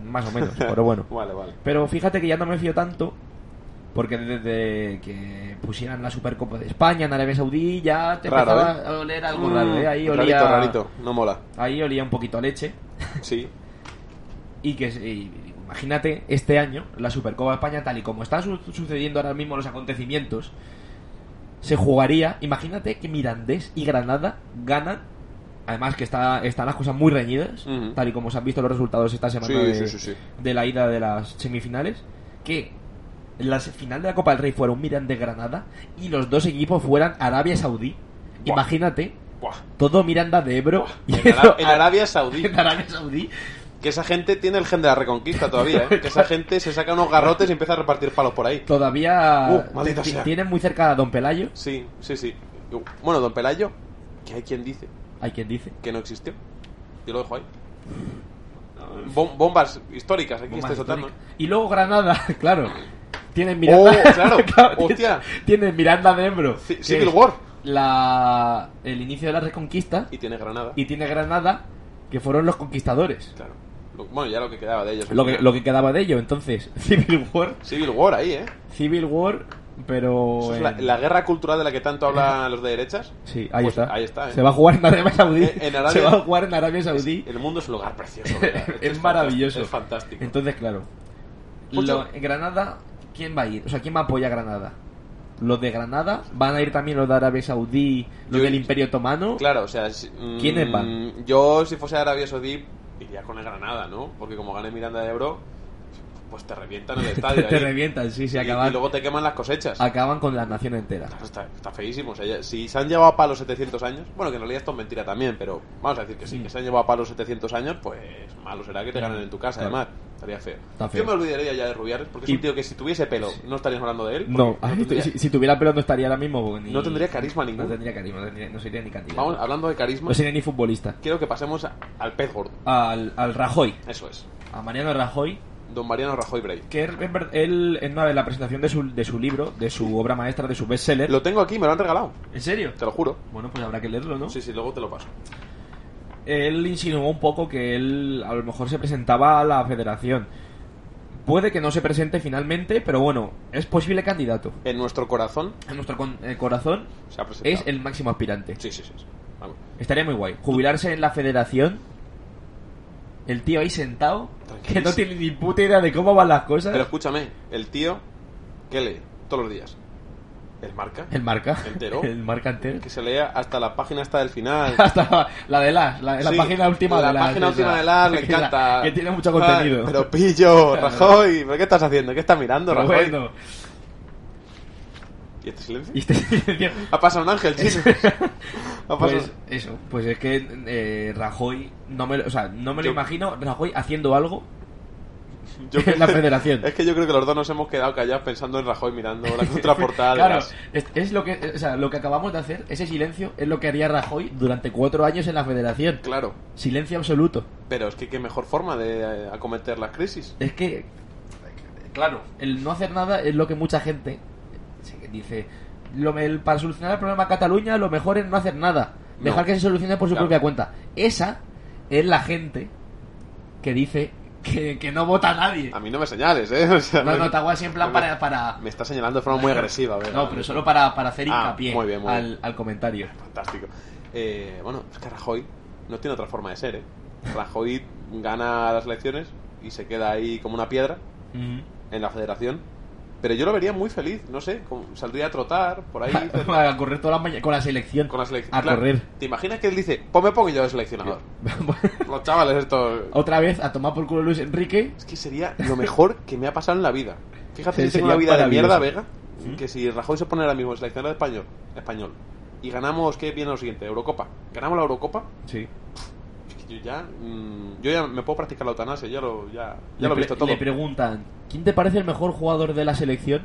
Más o menos, pero bueno.
Vale, vale.
Pero fíjate que ya no me fío tanto. Porque desde que pusieran la Supercopa de España en Arabia Saudí ya te
Raro,
empezaba
¿eh?
a oler algo raro. ¿eh? Ahí,
Mm,
olía,
Rarito, rarito. No mola.
ahí olía un poquito a leche.
Sí.
Y que se- y digo, imagínate este año la Supercopa de España tal y como están su- sucediendo ahora mismo los acontecimientos. Se jugaría, imagínate que Mirandés y Granada ganan. Además que está, están las cosas muy reñidas,
Ujú.
tal y como se han visto los resultados esta semana
Sí,
de,
sí, sí, sí.
de la ida de las semifinales. Que la se- final de la Copa del Rey fuera un Mirandés Granada y los dos equipos fueran Arabia Saudí.
Buah.
Imagínate,
Buah.
todo Miranda de Ebro <laughs> y
En, Ara- en
eso-
Arabia Saudí.
en Arabia Saudí.
Que esa gente tiene el gen de la reconquista todavía, ¿eh? Que esa gente se saca unos garrotes y empieza a repartir palos por ahí.
Todavía
Uh, maldita
ti-
sea.
tienen muy cerca a Don Pelayo,
Sí, sí, sí. Bueno, don Pelayo, que hay quien dice
hay quien dice.
que no existió. Yo lo dejo ahí. Bom- bombas históricas, aquí
Bomba
estoy soltando.
histórica. Y luego Granada, <laughs> claro. Tienen Miranda.
Oh,
<laughs>
claro,
tien-
hostia.
Tienen Miranda de Ebro.
Ci-
que
Civil
es
War.
La, el inicio de la Reconquista.
Y tiene Granada.
Y tiene Granada, que fueron los conquistadores.
Claro. Lo- bueno, ya lo que quedaba de ellos.
Lo que, lo que quedaba de ello. Entonces, <laughs> Civil War.
Civil War ahí, ¿eh?
Civil War, pero.
Eso es la,
en-
la guerra cultural de la que tanto hablan los de derechas.
Sí, ahí
Pues
está.
Ahí está, ¿eh?
Se va a jugar en Arabia Saudí.
Eh, en
<laughs>
Arabia-
Se va a jugar en Arabia Saudí.
El mundo es un lugar precioso.
<laughs>
¿verdad? Esto
es
fantás-
maravilloso.
Es fantástico.
Entonces, claro.
Mucho-
lo- en Granada, ¿quién va a ir? O sea, ¿quién va a apoyar a Granada? Los de Granada, van a ir también los de Arabia Saudí, los
Yo-
del Imperio Otomano. <laughs>
Claro, o sea, si- mm,
¿Quiénes van?
Yo, si fuese Arabia Saudí, iría con el Granada, ¿no? Porque como gane Miranda de Ebro, pues
<laughs>
te revientan el
te,
estadio.
te
ahí.
revientan, sí, se
Y-
acaban,
Y, luego te queman las cosechas.
acaban con la nación entera.
Está, está feísimo. o sea, ya- si se han llevado a palo 700 años, bueno, que en realidad esto es mentira también, pero vamos a decir que sí,
Mm.
que se han llevado a palo 700 años, pues malo será que te ganen en tu casa,
Claro.
además. Estaría feo.
Está feo.
Yo me olvidaría ya de Rubiales, porque
Y-
es un tío que si tuviese pelo, no estaríamos hablando de él.
No, <laughs>
porque tendría-
si, si tuviera pelo no estaría ahora mismo. ni-
No tendría carisma ninguno.
No tendría carisma, Pues no, tendría- no sería ni candidato.
Vamos, hablando de carisma,
no sería ni futbolista.
quiero que pasemos a- al pez gordo.
Al, al Rajoy,
Eso es.
a Mariano Rajoy,
Don Mariano Rajoy Brey.
que él, en ver- él, en una de la presentación de su, de su libro, de su obra maestra, de su bestseller.
Lo tengo aquí, me lo han regalado.
¿En serio?
Te lo juro.
Bueno, pues habrá que leerlo, ¿no?
Sí, sí, luego te lo paso.
Él insinuó un poco que él a lo mejor se presentaba a la federación. Puede que no se presente finalmente, pero bueno, es posible candidato.
En nuestro corazón
En nuestro con- eh, corazón
se ha presentado.
es el máximo aspirante.
Sí, sí, sí. sí. Vamos.
Estaría muy guay. Jubilarse en la federación. El tío ahí sentado, que no tiene ni puta idea de cómo van las cosas.
Pero escúchame, el tío, ¿qué lee? Todos los días. El marca,
El marca.
Entero.
<laughs> El marca entero.
que se lea hasta la página hasta del final.
Hasta <laughs> la, la de las, la, la
Sí,
página última
la
de las.
página
esa.
última de las,
<laughs>
le
Que la-
encanta.
Que tiene mucho contenido.
Ay, pero pillo, Rajoy, ¿pero ¿qué estás haciendo? ¿Qué estás mirando,
Pero
Rajoy?
<laughs> bueno.
¿Y este silencio?
Y este- <laughs>
Ha pasado un ángel, chicos. Ha pasado...
Pues eso, pues es que eh, Rajoy, no me, lo- o sea, no me lo
Yo-
imagino Rajoy haciendo algo
yo creo-
en <laughs> la federación.
Es que yo creo que los dos nos hemos quedado callados pensando en Rajoy mirando
<laughs>
la contraportada. de
Claro,
las-
es, es lo que, o sea, lo que acabamos de hacer, ese silencio es lo que haría Rajoy durante cuatro años en la federación.
claro.
Silencio absoluto.
Pero es que qué mejor forma de eh, acometer las crisis.
Es que, claro, el no hacer nada es lo que mucha gente sí que dice, lo, el- para solucionar el problema de Cataluña lo mejor es no hacer nada,
No.
dejar que se solucione por su
Claro.
propia cuenta. Esa es la gente que dice que, que no vota a nadie.
A mí no me señales, ¿eh? O sea,
No,
me- <laughs>
no, Tawa en plan para... para...
Me está señalando de forma muy agresiva, ¿verdad?
No, pero solo para, para hacer
Ah,
hincapié
muy bien, muy bien.
al, al comentario.
Fantástico. Eh, bueno, es que Rajoy no tiene otra forma de ser, ¿eh? Rajoy gana las elecciones y se queda ahí como una piedra en la federación. Pero yo lo vería muy feliz, no sé, como- saldría a trotar
<laughs>
por ahí
<laughs> a correr toda la mañana con la selección.
con la selección.
A
Claro,
correr.
¿Te imaginas que él dice, pues me pongo yo de seleccionador? Los chavales estos...
<laughs> Otra vez a tomar por culo Luis Enrique.
Es que sería lo mejor que me ha pasado en la vida. Fíjate
Sí,
si tengo una
<laughs> sería
vida de mierda, Vega,
maravilloso.
que si Rajoy se pone ahora mismo seleccionador español, español y ganamos, ¿qué viene lo siguiente? Eurocopa. ¿Ganamos la Eurocopa?
Sí.
Es que Yo ya, mm, yo ya me puedo practicar la eutanasia, ya lo, ya, ya
le,
lo he
pre-
visto todo.
le preguntan, ¿quién te parece el mejor jugador de la selección?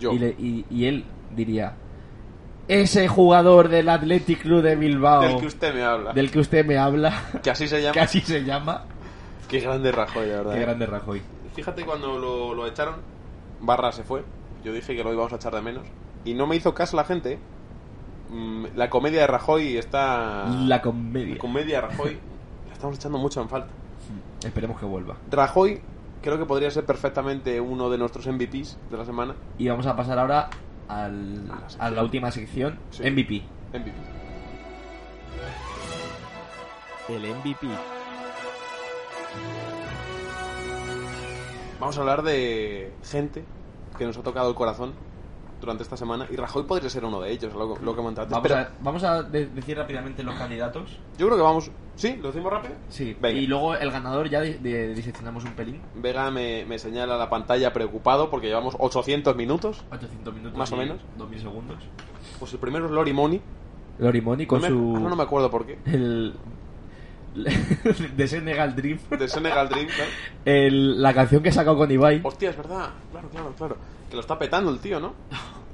Yo.
Y, le- y- y él diría, ese jugador del Athletic Club de Bilbao,
Del que usted me habla.
Oh. del que usted me habla,
<laughs>
<laughs>
Que así se
que
llama.
así se llama.
Qué grande Rajoy, la verdad.
Qué
eh.
grande Rajoy.
Fíjate cuando lo, lo echaron, Barra se fue. Yo dije que lo íbamos a echar de menos. Y no me hizo caso la gente. Mm, La comedia de Rajoy está...
La comedia.
<laughs> La comedia de Rajoy la estamos echando mucho en falta.
Esperemos que vuelva.
Rajoy creo que podría ser perfectamente uno de nuestros MVPs de la semana.
Y vamos a pasar ahora al- a la última sección,
Sí.
MVP.
MVP.
El MVP.
Vamos a hablar de gente que nos ha tocado el corazón durante esta semana y Rajoy podría ser uno de ellos, lo, lo que comentaste.
Vamos,
Pero
a, vamos a de- decir rápidamente los candidatos.
yo creo que vamos... ¿Sí? ¿Lo decimos rápido?
Sí,
Venga.
y luego el ganador ya de- de- diseccionamos un pelín.
Vega me, me señala la pantalla preocupado porque llevamos 800 minutos.
800 minutos.
Más o
y
menos.
2000 segundos.
Pues el primero es Lori Money.
Lorimoni con
no me,
su.
ahora ah, no me acuerdo por qué.
El. de Senegal Dream.
De Senegal Dream, claro.
El- la canción que sacó con Ibai.
Hostia, es verdad. Claro, claro, claro. Que lo está petando el
<laughs>
tío, ¿no?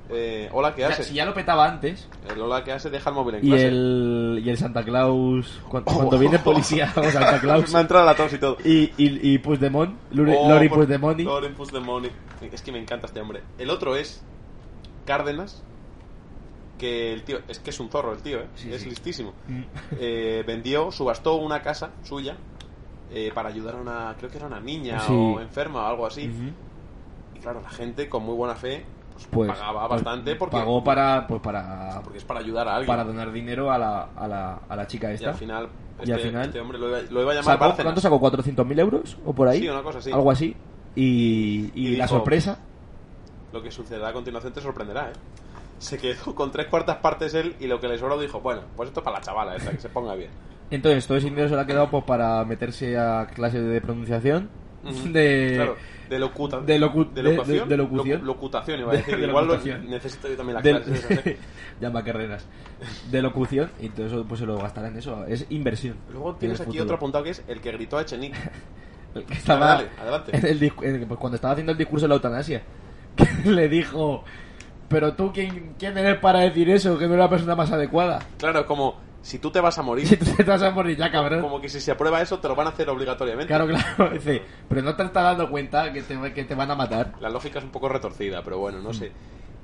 Eh, hola, ¿qué
Ya-
hace?
si ya lo petaba antes.
El hola, ¿qué hace? Deja el móvil en
Y
clase.
el, y el Santa Claus. cu- Cuando,
Oh.
viene policía con
<laughs>
Santa Claus.
Me ha entrado la tos y todo.
y, y, y Puigdemont. Lori,
Oh,
Lori
por-
Puigdemont.
Lori Puigdemont. Es que me encanta este hombre. El otro es Cárdenas. Que el tío, es que es un zorro el tío, ¿eh?
Sí,
es
sí.
listísimo.
Mm.
Eh, vendió, subastó una casa suya eh, para ayudar a una, creo que era una niña
Sí.
o enferma o algo así.
Ujú.
Y claro, la gente con muy buena fe pues,
Pues,
pagaba
pues,
bastante porque,
Pagó para. Pues para.
porque es para ayudar a alguien.
Para donar dinero a la, a la, a la chica
y
esta.
al final,
Y
este,
al final-
este hombre lo iba, lo iba a llamar
Sacó-
Bárcenas.
¿Cuánto sacó? ¿400.000 euros? ¿O por ahí?
Sí, una cosa así.
Algo así. Y, y
Y
la
dijo-
sorpresa.
Lo que sucederá a continuación te sorprenderá, ¿eh? Se quedó con tres cuartas partes él y lo que le sobró dijo, bueno, pues esto es para la chavala esta, que se
<laughs>
ponga bien.
Entonces, todo ese dinero se le ha quedado pues, para meterse a clases de pronunciación.
Ujú.
De.
Claro, de locuta...
Eh, de locu-
de
de-
locución.
de- de locución.
Locu- locutación, iba
<laughs>
a
De-
decir.
de
Igual lo-
locutación.
necesito yo también las
del- <laughs>
clases esas, ¿eh?
Llama Carreras. De locución, y todo eso pues, se lo gastará en eso. Es inversión.
Luego
en
tienes
el
aquí
futuro.
otro apuntado que es el que gritó
<laughs>
a Echenique.
El que estaba
Dale, adelante.
en el discu- en- pues, cuando estaba haciendo el discurso de la eutanasia, <laughs> que le dijo, pero tú quién, quién eres para decir eso, que no eres la persona más adecuada. <laughs>
Claro, como si tú te vas a
Y <laughs>
morir,
tú te vas a morir ya, cabrón.
como que si se aprueba eso te lo van a hacer obligatoriamente.
Claro, claro, <laughs> dice, pero no te estás dando cuenta que te, que te van a matar.
La lógica es un poco retorcida, pero bueno, no sé.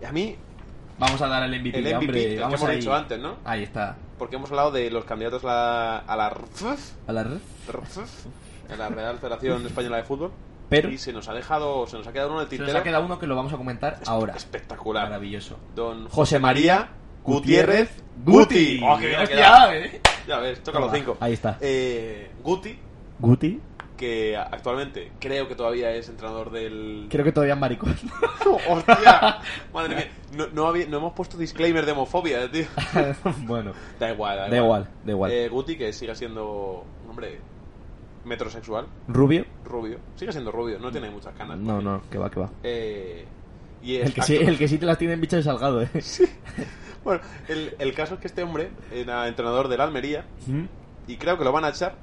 Y a mí,
Vamos a dar al MVP,
el MVP,
Mm. hombre,
el que
vamos
hemos
ahí.
dicho antes, ¿no?
Ahí está.
Porque hemos hablado de los candidatos a la, a la RFF,
A la red.
RFF, a la Real Federación Española de Fútbol.
Pero
Y se nos ha dejado, se nos ha quedado uno de
se
tintero.
nos ha quedado uno que lo vamos a comentar ahora.
espectacular.
Maravilloso.
Don
José María
Gutiérrez Guti. Oh, qué bien ha
Hostia,
quedado.
eh.
Ya ves, toca los
Toma,
cinco.
Ahí está.
Eh, Guti,
Guti,
que actualmente creo que todavía es entrenador del.
creo que todavía es maricón.
<laughs>
<laughs>
¡Hostia! Madre mía, no, no, había- no hemos puesto disclaimer de homofobia, eh,
<laughs>
tío.
bueno,
Da igual, da igual.
da igual, da igual.
Eh, Guti, que sigue siendo un hombre metrosexual,
Rubio.
rubio. Sigue siendo rubio, no tiene muchas canas.
No, no, que va, que va.
Eh, y es
El que, sí,
actu-
el que sí te las tiene en bicho es Salgado, eh.
<laughs> Bueno, el, el caso es que este hombre era entrenador del Almería
Mm,
y creo que lo van a echar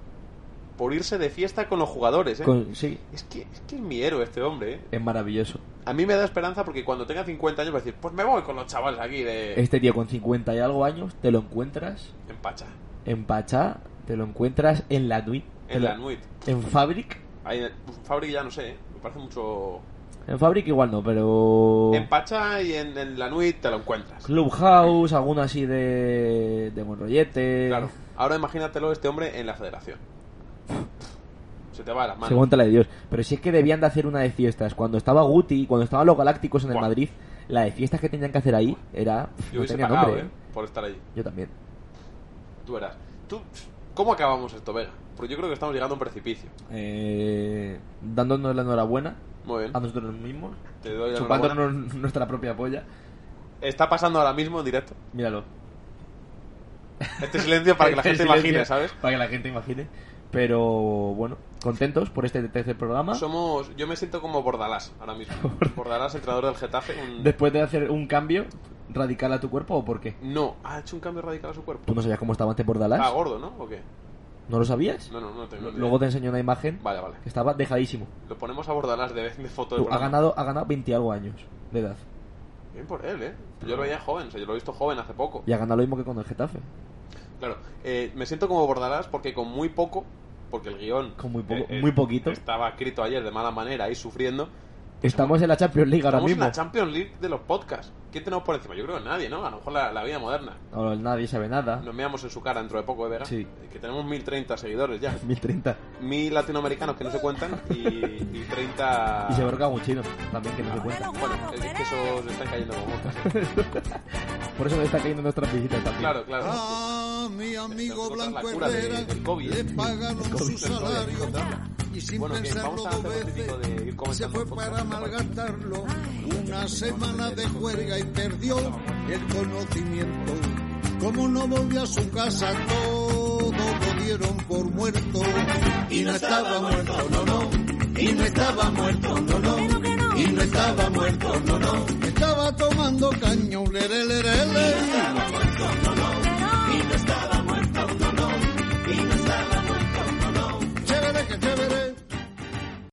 por irse de fiesta con los jugadores, ¿eh?
con- sí,
Es, que, es que es mi héroe este hombre, ¿eh?
es maravilloso.
A mí me da esperanza porque cuando tenga 50 años va a decir, pues me voy con los chavales aquí de...
Este tío con 50 y algo años te lo encuentras
En Pacha,
en Pachá, te lo encuentras en la Nuit, te
en
lo-
la Nuit.
en Fabric.
Ahí, uf, Fabric ya no sé, ¿eh? Me parece mucho...
En Fabric igual no, pero.
En Pacha y en, en la Nuit te lo encuentras.
Clubhouse, alguno así de. de buen rollete.
Claro. Ahora imagínatelo este hombre en la federación. Se te va de las manos.
Según la de Dios. Pero si es que debían de hacer una de fiestas. Cuando estaba Guti, cuando estaban los Galácticos en el
Buah.
Madrid, la de fiestas que tenían que hacer ahí era.
Yo
no
hubiese
tenía
pagado,
nombre,
¿eh?
¿eh?
Por estar allí.
Yo también.
Tú verás. Tú, ¿Cómo acabamos esto, Vega? Porque yo creo que estamos llegando a un precipicio.
Eh, dándonos la enhorabuena
Muy bien.
a nosotros mismos,
Te doy la enhorabuena.
chupándonos nuestra propia polla.
Está pasando ahora mismo en directo.
Míralo.
Este silencio
<laughs>
para que la
Este
gente
silencio,
imagine, ¿sabes?
Para que la gente imagine. Pero bueno, contentos por este tercer programa.
Somos, yo me siento como Bordalás ahora
<laughs>
mismo. Bordalás, entrenador del Getafe. un-
Después de hacer un cambio radical a tu cuerpo o por qué?
No, ha hecho un cambio radical a su cuerpo.
¿Tú no sabías cómo estaba antes Bordalás?
Ah, gordo, ¿no? ¿O qué?
¿No lo sabías?
No, no, no tengo. ni idea.
Luego te enseño una imagen
Vale, vale.
que estaba dejadísimo.
Lo ponemos a Bordalás de, de foto. del
Tú, ha
programa.
ganado ha ganado 20 y algo años de edad.
Bien por él, ¿eh? Yo lo
Ah.
veía joven, o sea, yo lo he visto joven hace poco.
Y ha ganado lo mismo que con el Getafe.
Claro, eh, me siento como Bordalás porque con muy poco, porque el guión... Eh,
Con muy poco- muy poquito.
Estaba escrito ayer de mala manera y sufriendo,
Estamos en la Champions League ahora
Estamos en
mismo.
la Champions League de los podcasts. ¿Quién tenemos por encima? Yo creo que nadie, ¿no? A lo mejor la, la vida moderna.
No, nadie sabe nada.
Nos veamos en su cara dentro de poco, ¿eh, Vega?
Sí.
Que tenemos 1030 seguidores ya.
1030.
Mil latinoamericanos que no se cuentan y, y 30...
Y se borca un chino también que no se cuenta.
Bueno, es que esos están cayendo como moscas.
Por eso me están cayendo nuestras visitas también.
Claro, claro.
A mi amigo
Encontrar
Blanco
la cura de-
Herrera
del COVID.
le pagaron su
del COVID.
salario y sin
Bueno, que
pensarlo
vamos a hacer
dos
un típico de ir
veces se
comentando
fue
un poco
para
esta parte.
malgastarlo. Una semana de juerga y perdió el conocimiento. Como no volvió a su casa, todo lo dieron por muerto. Y no estaba muerto, no, no. Y no estaba muerto, no.